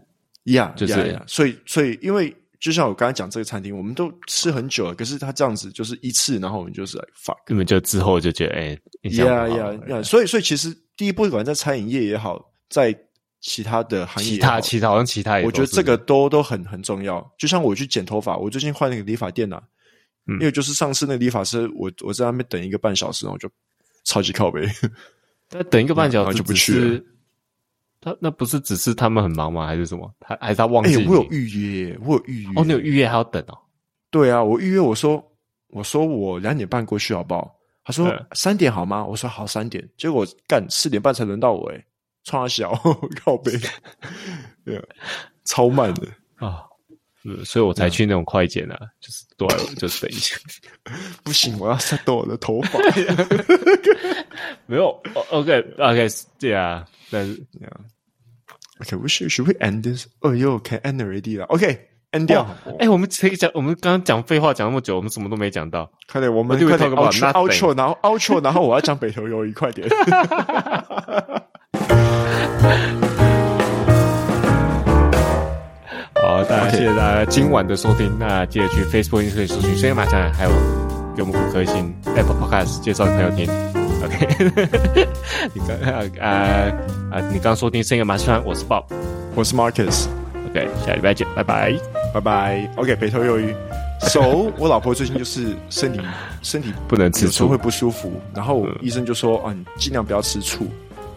[SPEAKER 2] Yeah,
[SPEAKER 1] 就是
[SPEAKER 2] yeah, yeah. 所以所以因为就像我刚才讲这个餐厅，我们都吃很久了，可是他这样子就是一次，然后我们就是 like fuck。
[SPEAKER 1] 根本就之后就觉得哎、印象
[SPEAKER 2] Yeah,
[SPEAKER 1] 不好
[SPEAKER 2] yeah, yeah. 所以，所以其实第一，不管在餐饮业也好，在其他的行业
[SPEAKER 1] 其
[SPEAKER 2] 也好，
[SPEAKER 1] 他其他好像其他也
[SPEAKER 2] 我觉得
[SPEAKER 1] 都是
[SPEAKER 2] 这个都都很很重要。就像我去剪头发，我最近换那个理发店了、
[SPEAKER 1] 嗯
[SPEAKER 2] 因为就是上次那个理发师，我我在那边等一个半小时，然后我就超级靠背。
[SPEAKER 1] 那等一个半小
[SPEAKER 2] 然后
[SPEAKER 1] 时
[SPEAKER 2] 就不
[SPEAKER 1] 只
[SPEAKER 2] 去了
[SPEAKER 1] 是他那不是只是他们很忙吗？还是什么？他还是他忘
[SPEAKER 2] 哎、
[SPEAKER 1] 记你？
[SPEAKER 2] 我有预约，我有预约。
[SPEAKER 1] 哦，你有预约还要等哦？
[SPEAKER 2] 对啊，我预约，我说我说我两点半过去好不好？他说
[SPEAKER 1] 嗯
[SPEAKER 2] 三点好吗？我说好，三点。结果干四点半才轮到我、欸，哎，创小 靠 背，对啊，超慢的。
[SPEAKER 1] 啊、嗯所以我才去那种快剪啊，就是对，我就是等一 下。
[SPEAKER 2] 不行，我要再动我的头 发。
[SPEAKER 1] 没有，OK 哦 OK，对啊，但是
[SPEAKER 2] okay, we should should we end this? 哦哟，can end already 了。OK，end 掉。
[SPEAKER 1] 哎、我们可以讲，我们刚刚讲废话讲那么久，我们什么都没讲到。
[SPEAKER 2] 快点，我们
[SPEAKER 1] do we
[SPEAKER 2] 快点
[SPEAKER 1] talk about? Nothing.
[SPEAKER 2] outro outro，然后 outro，然后我要讲北投鱿鱼，快点。
[SPEAKER 1] 好，大家
[SPEAKER 2] OK
[SPEAKER 1] 谢谢大家今晚的收听，那记得去 Facebook、Instagram 搜寻“深夜麻将”，还有给我们五颗星 Apple Podcast 介绍给朋友听。OK，你 刚啊啊啊，你刚收听《深夜麻将》，我是 Bob。
[SPEAKER 2] 我是 Marcus，
[SPEAKER 1] OK，下礼拜见，拜拜。
[SPEAKER 2] 拜拜。OK，北投鱿鱼。 手，我老婆最近就是身体身体
[SPEAKER 1] 不能吃醋嗯
[SPEAKER 2] 有时候会不舒服，然后医生就说啊，你尽量不要吃醋。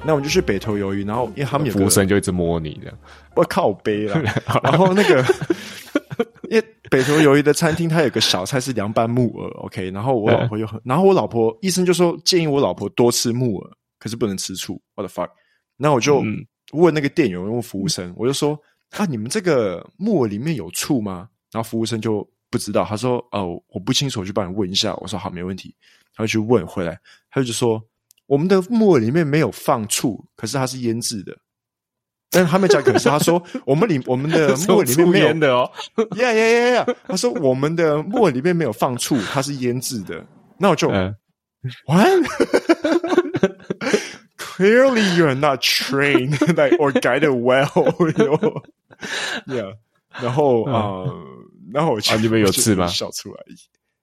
[SPEAKER 2] 那我们就去北投鱿鱼，然后因为他们有
[SPEAKER 1] 服务
[SPEAKER 2] 个
[SPEAKER 1] 生就一直摸你这样。
[SPEAKER 2] 我靠背了。然后那个，因为北投鱿鱼的餐厅它有个小菜是凉拌木耳，OK。然后我老婆就很，然后我老婆医生就说建议我老婆多吃木耳，可是不能吃醋。What the fuck？那我就
[SPEAKER 1] 嗯
[SPEAKER 2] 问那个店员，问服务生，我就说啊，你们这个木耳里面有醋吗？然后服务生就不知道，他说哦，我不清楚，我去帮你问一下。我说好，没问题。他就去问回来，他就说我们的木耳里面没有放醋，可是它是腌制的。但是他们讲，可是他 说我们里我们的木耳里面没有
[SPEAKER 1] 烟的哦，
[SPEAKER 2] 呀呀呀呀！他说我们的木耳里面没有放醋，它是腌制的。那我就、
[SPEAKER 1] 嗯，
[SPEAKER 2] what? Clearly, you're not trained like or guided well. You know? Yeah. 然后啊、呃然后我
[SPEAKER 1] 嗯
[SPEAKER 2] 就、
[SPEAKER 1] 啊你们有吃吗
[SPEAKER 2] 我就笑出来。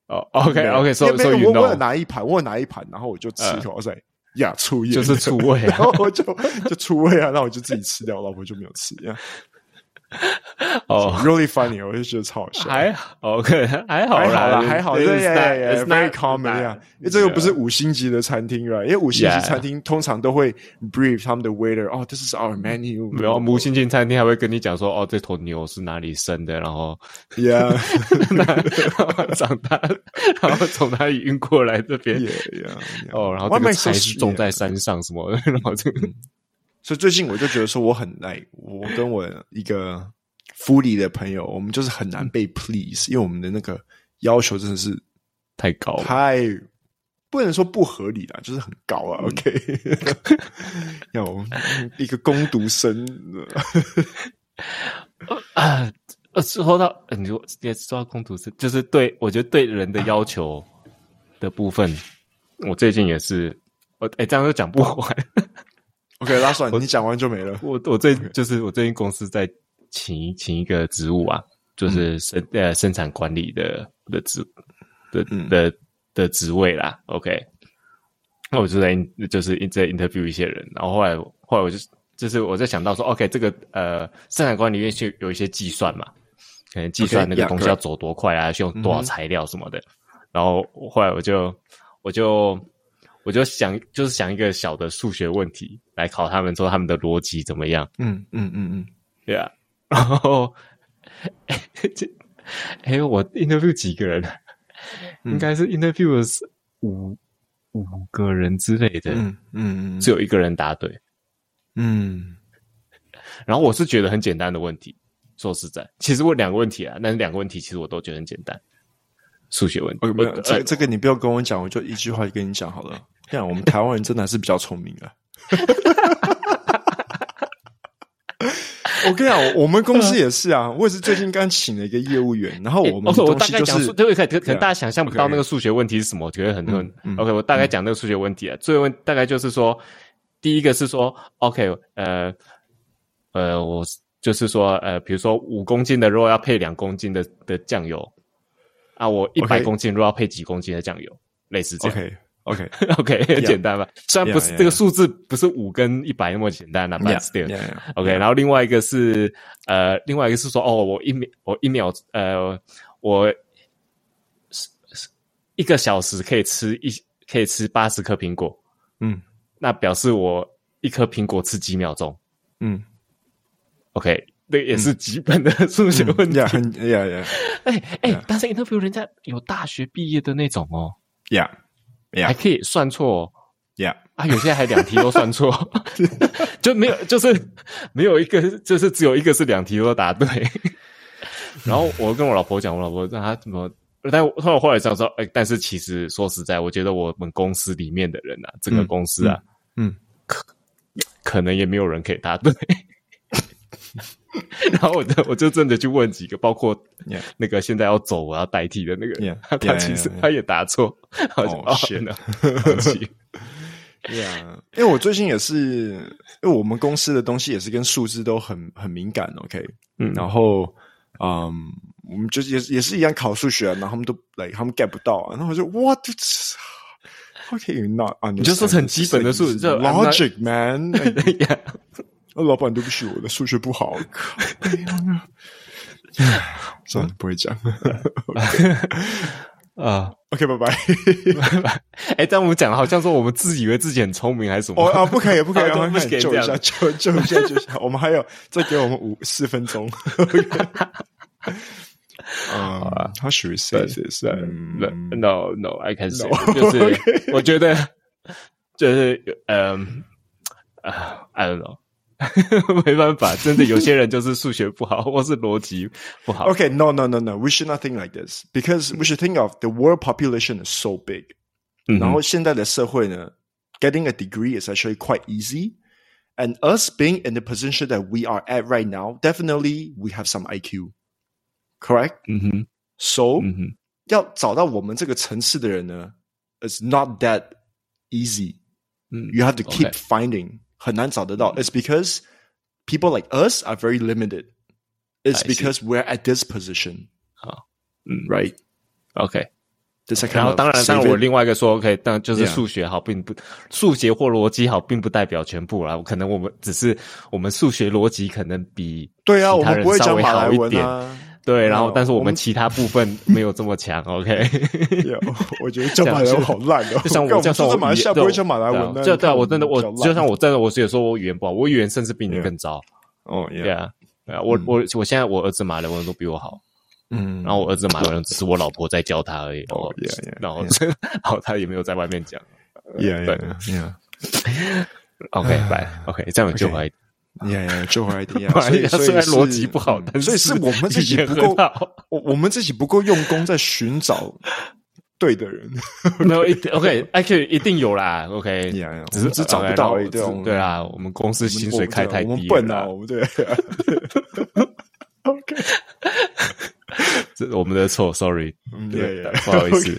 [SPEAKER 1] 哦，OK
[SPEAKER 2] 没有
[SPEAKER 1] OK，
[SPEAKER 2] 因
[SPEAKER 1] 所
[SPEAKER 2] 为
[SPEAKER 1] 所以
[SPEAKER 2] 没
[SPEAKER 1] you
[SPEAKER 2] 有我
[SPEAKER 1] know
[SPEAKER 2] 我有
[SPEAKER 1] 呃
[SPEAKER 2] 拿一盘，我有拿一盘，然后我就吃一口，我在呀出烟，
[SPEAKER 1] 就是醋味
[SPEAKER 2] 然
[SPEAKER 1] 啊。
[SPEAKER 2] 后我就就出味啊，那我就自己吃掉，我老婆就没有吃。呀、
[SPEAKER 1] 哦，
[SPEAKER 2] really funny，我就觉得超好笑。
[SPEAKER 1] 还好 OK，还好
[SPEAKER 2] 还好啦，
[SPEAKER 1] 啦，
[SPEAKER 2] 还好，
[SPEAKER 1] It's
[SPEAKER 2] 对呀
[SPEAKER 1] not-
[SPEAKER 2] 呀呀
[SPEAKER 1] it's
[SPEAKER 2] ，very
[SPEAKER 1] not-
[SPEAKER 2] common 呀
[SPEAKER 1] not-。
[SPEAKER 2] 因为这个不是
[SPEAKER 1] Yeah
[SPEAKER 2] 五星级的餐厅，right？因为五星级
[SPEAKER 1] Yeah
[SPEAKER 2] 餐厅通常都会 brief 他们的 waiter，哦，this is our menu。
[SPEAKER 1] 没有，母亲进餐厅还会跟你讲说，哦，这头牛是哪里生的，然后
[SPEAKER 2] ，yeah
[SPEAKER 1] 长大，然后从哪里运过来这边
[SPEAKER 2] yeah yeah。
[SPEAKER 1] 哦，然后
[SPEAKER 2] Why
[SPEAKER 1] 这
[SPEAKER 2] am I
[SPEAKER 1] 个
[SPEAKER 2] so
[SPEAKER 1] 菜是
[SPEAKER 2] 啊
[SPEAKER 1] 种在山上什么的， 然后这个
[SPEAKER 2] 所以最近我就觉得说，我很来，我跟我一个 foodie 的朋友，我们就是很难被 please，因为我们的那个要求真的是
[SPEAKER 1] 太高了。
[SPEAKER 2] 太不能说不合理啦，就是很高啊。OK，要 我们一个攻读生。
[SPEAKER 1] 啊呃，说到，呃你说也说到空徒是，就是对我觉得对人的要求的部分，我最近也是，我哎，这样都讲不完。
[SPEAKER 2] OK，拉算，你讲完就没了。
[SPEAKER 1] 我我最就是我最近公司在请一请一个职务啊，
[SPEAKER 2] 嗯
[SPEAKER 1] 就是生、呃生产管理的的职的
[SPEAKER 2] 嗯
[SPEAKER 1] 的的职位啦。OK，那我就在 in- 就是在 interview 一些人，然后后来后来我就就是我在想到说，OK，这个呃生产管理院是有一些计算嘛，可能计算
[SPEAKER 2] OK，
[SPEAKER 1] 那个
[SPEAKER 2] yeah，
[SPEAKER 1] 东西要
[SPEAKER 2] correct
[SPEAKER 1] 走多快啊，需要用
[SPEAKER 2] 嗯
[SPEAKER 1] 多少材料什么的。然后我后来我就我就我就想就是想一个小的数学问题来考他们，说他们的逻辑怎么样，
[SPEAKER 2] 嗯嗯嗯嗯，
[SPEAKER 1] 对啊。然后， 这哎，我 interview 几个人？啊
[SPEAKER 2] 嗯
[SPEAKER 1] 应该是 interview 了是五五个人之类的，
[SPEAKER 2] 嗯嗯嗯
[SPEAKER 1] 只有一个人答对。
[SPEAKER 2] 嗯
[SPEAKER 1] 然后我是觉得很简单的问题，说实在，其实问两个问题啊，但是两个问题其实我都觉得很简单。数学问题。
[SPEAKER 2] 我没有，这这个你不要跟我讲，我就一句话就跟你讲好了。这样，我们台湾人真的还是比较聪明啊。 我跟你讲，我们公司也是啊，我也是最近刚请了一个业务员，然后哦我们
[SPEAKER 1] OK，我哦
[SPEAKER 2] 东
[SPEAKER 1] 大
[SPEAKER 2] 西
[SPEAKER 1] 概
[SPEAKER 2] 就
[SPEAKER 1] 讲
[SPEAKER 2] 是
[SPEAKER 1] 数，对，可可能大家想象不到
[SPEAKER 2] OK，OK
[SPEAKER 1] 那个数学问题是什么，我觉得很多人
[SPEAKER 2] 嗯嗯
[SPEAKER 1] OK，我大概讲那个数学问题啊，最问大概就是说，第一个是说 OK，呃呃，我就是说呃，比如说五公斤的肉要配两公斤的的酱油啊，我一百
[SPEAKER 2] OK
[SPEAKER 1] 公斤肉要配几公斤的酱油，类似这样。
[SPEAKER 2] OK OK，
[SPEAKER 1] OK，很简单吧？虽然不是
[SPEAKER 2] Yeah, yeah,
[SPEAKER 1] 这个数字不是五跟一百那么简单啦 b u
[SPEAKER 2] Yeah,
[SPEAKER 1] t still
[SPEAKER 2] yeah, yeah.
[SPEAKER 1] OK。然后另外一个是呃，另外一个是说哦，我一秒我一秒呃，我一个小时可以吃一可以吃八十颗苹果，
[SPEAKER 2] 嗯
[SPEAKER 1] 那表示我一颗苹果吃几秒钟
[SPEAKER 2] 嗯，
[SPEAKER 1] ？OK，那也是基本的数学问题。
[SPEAKER 2] 呀嗯很呀呀
[SPEAKER 1] 哎哎，但是 interview 人家有大学毕业的那种哦，
[SPEAKER 2] 呀
[SPEAKER 1] 还
[SPEAKER 2] 呀
[SPEAKER 1] 可以算错哦。
[SPEAKER 2] 呀，
[SPEAKER 1] 啊，有些还两题都算错，就没有，就是没有一个，就是只有一个是两题都答对。然后我跟我老婆讲，我老婆让她怎么，但我但我后来想说，哎、但是其实说实在，我觉得我们公司里面的人啊，整个公司啊，
[SPEAKER 2] 嗯
[SPEAKER 1] 可能也没有人可以答对。然后我就我就真的去问几个，包括
[SPEAKER 2] Yeah.
[SPEAKER 1] 那个现在要走我要代替的那个人
[SPEAKER 2] Yeah.
[SPEAKER 1] 他
[SPEAKER 2] Yeah,
[SPEAKER 1] 其实
[SPEAKER 2] yeah, yeah.
[SPEAKER 1] 他也答错，好像
[SPEAKER 2] Oh,
[SPEAKER 1] 哦
[SPEAKER 2] shit.
[SPEAKER 1] 天哪对不起
[SPEAKER 2] 呀，因为我最近也是，因为我们公司的东西也是跟数字都很很敏感，OK，
[SPEAKER 1] 嗯
[SPEAKER 2] 然后嗯，我们就是也是也是一样考数学，然后他们都来，他们 get 不到、啊，然后我就 what。How can you not？你
[SPEAKER 1] 就说很基本的数就 I'm not-
[SPEAKER 2] logic man，like,
[SPEAKER 1] 呀
[SPEAKER 2] 哦老板，对不起，我的数学 不好。靠哎呀 算了，不会讲。
[SPEAKER 1] 啊。
[SPEAKER 2] OK，拜拜。
[SPEAKER 1] 哎，但我们讲的好像说我们自以为自己很聪明还是什
[SPEAKER 2] 哦
[SPEAKER 1] 么？
[SPEAKER 2] 啊，不可以，不可以，
[SPEAKER 1] 啊
[SPEAKER 2] 我
[SPEAKER 1] 对
[SPEAKER 2] 们
[SPEAKER 1] 不可以
[SPEAKER 2] 救
[SPEAKER 1] 这
[SPEAKER 2] 一
[SPEAKER 1] 样
[SPEAKER 2] 下，救救一下，救一下。我们还有，再给我们五四分钟。 嗯，How should we say this？嗯
[SPEAKER 1] no no I can say 就是 我觉得就是嗯啊 I don't know，没 办法，真的有些人就是数学不好，或是逻辑不好。
[SPEAKER 2] Okay, no, no, no, no. We should not think like this because we should think of the world population is so big.
[SPEAKER 1] 嗯哼。
[SPEAKER 2] 然后现在的社会呢, getting a degree is actually quite easy. And us being in the position that we are at right now, definitely we have some IQ. Correct?
[SPEAKER 1] 嗯哼
[SPEAKER 2] So,
[SPEAKER 1] 嗯哼
[SPEAKER 2] 要找到我们这个层次的人呢, it's not that easy.
[SPEAKER 1] 嗯
[SPEAKER 2] You have to
[SPEAKER 1] Mm.
[SPEAKER 2] keep
[SPEAKER 1] Okay. Mm.
[SPEAKER 2] finding. 很难找得到. It's because people like us are very limited. It's
[SPEAKER 1] I see.
[SPEAKER 2] because we're at this position. Mm.
[SPEAKER 1] 好，嗯。
[SPEAKER 2] Right.
[SPEAKER 1] OK。
[SPEAKER 2] This I kind
[SPEAKER 1] 然后
[SPEAKER 2] of
[SPEAKER 1] 当然，当
[SPEAKER 2] save
[SPEAKER 1] 然我
[SPEAKER 2] it.
[SPEAKER 1] 另外一个说 OK，但就是
[SPEAKER 2] Yeah.
[SPEAKER 1] 数学好，并不数学或逻辑好，并不代表全部啦。可能我们只是我们数学逻辑可能比
[SPEAKER 2] 对啊，
[SPEAKER 1] 其
[SPEAKER 2] 我
[SPEAKER 1] 他
[SPEAKER 2] 们
[SPEAKER 1] 人
[SPEAKER 2] 不会
[SPEAKER 1] 稍
[SPEAKER 2] 讲
[SPEAKER 1] 微
[SPEAKER 2] 马来
[SPEAKER 1] 好一
[SPEAKER 2] 文
[SPEAKER 1] 点。
[SPEAKER 2] 啊。
[SPEAKER 1] 对，然
[SPEAKER 2] 没
[SPEAKER 1] 后
[SPEAKER 2] 有
[SPEAKER 1] 但是我
[SPEAKER 2] 我
[SPEAKER 1] 们
[SPEAKER 2] 们
[SPEAKER 1] 其他部分没有这么强 ，OK？
[SPEAKER 2] Yeah，我觉得讲马来文好烂哦。
[SPEAKER 1] 就像
[SPEAKER 2] 干
[SPEAKER 1] 我，就像
[SPEAKER 2] 说
[SPEAKER 1] 我
[SPEAKER 2] 在马来西亚
[SPEAKER 1] 语言
[SPEAKER 2] 不会讲马来文
[SPEAKER 1] 对
[SPEAKER 2] 呢。
[SPEAKER 1] 啊就对啊，
[SPEAKER 2] 你看
[SPEAKER 1] 我真的我
[SPEAKER 2] 比较烂
[SPEAKER 1] 就像我真的，我是有时候我语言不好，我语言甚至比你
[SPEAKER 2] Yeah
[SPEAKER 1] 更糟，
[SPEAKER 2] 哦
[SPEAKER 1] 对
[SPEAKER 2] ，Yeah，
[SPEAKER 1] 啊，对啊，我我我现在我儿子马来文都比我好，
[SPEAKER 2] 嗯，
[SPEAKER 1] 然后我儿子马来文只是我老婆在教他而已，然后
[SPEAKER 2] yeah, 哦 yeah,
[SPEAKER 1] 然后 然后他也没有在外面讲
[SPEAKER 2] Yeah，Yeah，Yeah，Yeah，Yeah，
[SPEAKER 1] ，OK，拜，OK，这样就 好一点。
[SPEAKER 2] 就回来 的呀。
[SPEAKER 1] 马来
[SPEAKER 2] 所
[SPEAKER 1] 西
[SPEAKER 2] 以
[SPEAKER 1] 亚
[SPEAKER 2] 所以
[SPEAKER 1] 哎虽然
[SPEAKER 2] 是
[SPEAKER 1] 逻辑不好
[SPEAKER 2] 嗯，
[SPEAKER 1] 但
[SPEAKER 2] 所以
[SPEAKER 1] 是
[SPEAKER 2] 是我们自己
[SPEAKER 1] 语言
[SPEAKER 2] 不
[SPEAKER 1] 很
[SPEAKER 2] 够
[SPEAKER 1] 好，
[SPEAKER 2] 我我们自己不够用功，在寻找对 的人。
[SPEAKER 1] 没有一 OK，actually 一定有啦，OK，
[SPEAKER 2] Yeah, yeah，
[SPEAKER 1] 只
[SPEAKER 2] 我
[SPEAKER 1] 是
[SPEAKER 2] 们只是找不到而已对啊我
[SPEAKER 1] 对
[SPEAKER 2] 们
[SPEAKER 1] 对啊，我们公司薪
[SPEAKER 2] 我
[SPEAKER 1] 水
[SPEAKER 2] 们
[SPEAKER 1] 开
[SPEAKER 2] 对啊
[SPEAKER 1] 太
[SPEAKER 2] 我们
[SPEAKER 1] 低了
[SPEAKER 2] 笨啊，
[SPEAKER 1] 啦，
[SPEAKER 2] 我们对 啊。OK，
[SPEAKER 1] 这我们的错，sorry，
[SPEAKER 2] 嗯
[SPEAKER 1] 对
[SPEAKER 2] yeah, yeah
[SPEAKER 1] 不好意 思。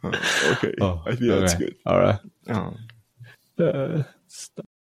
[SPEAKER 2] OK，I think
[SPEAKER 1] okay. 哦
[SPEAKER 2] that's good.
[SPEAKER 1] All right.
[SPEAKER 2] 嗯。
[SPEAKER 1] Uh,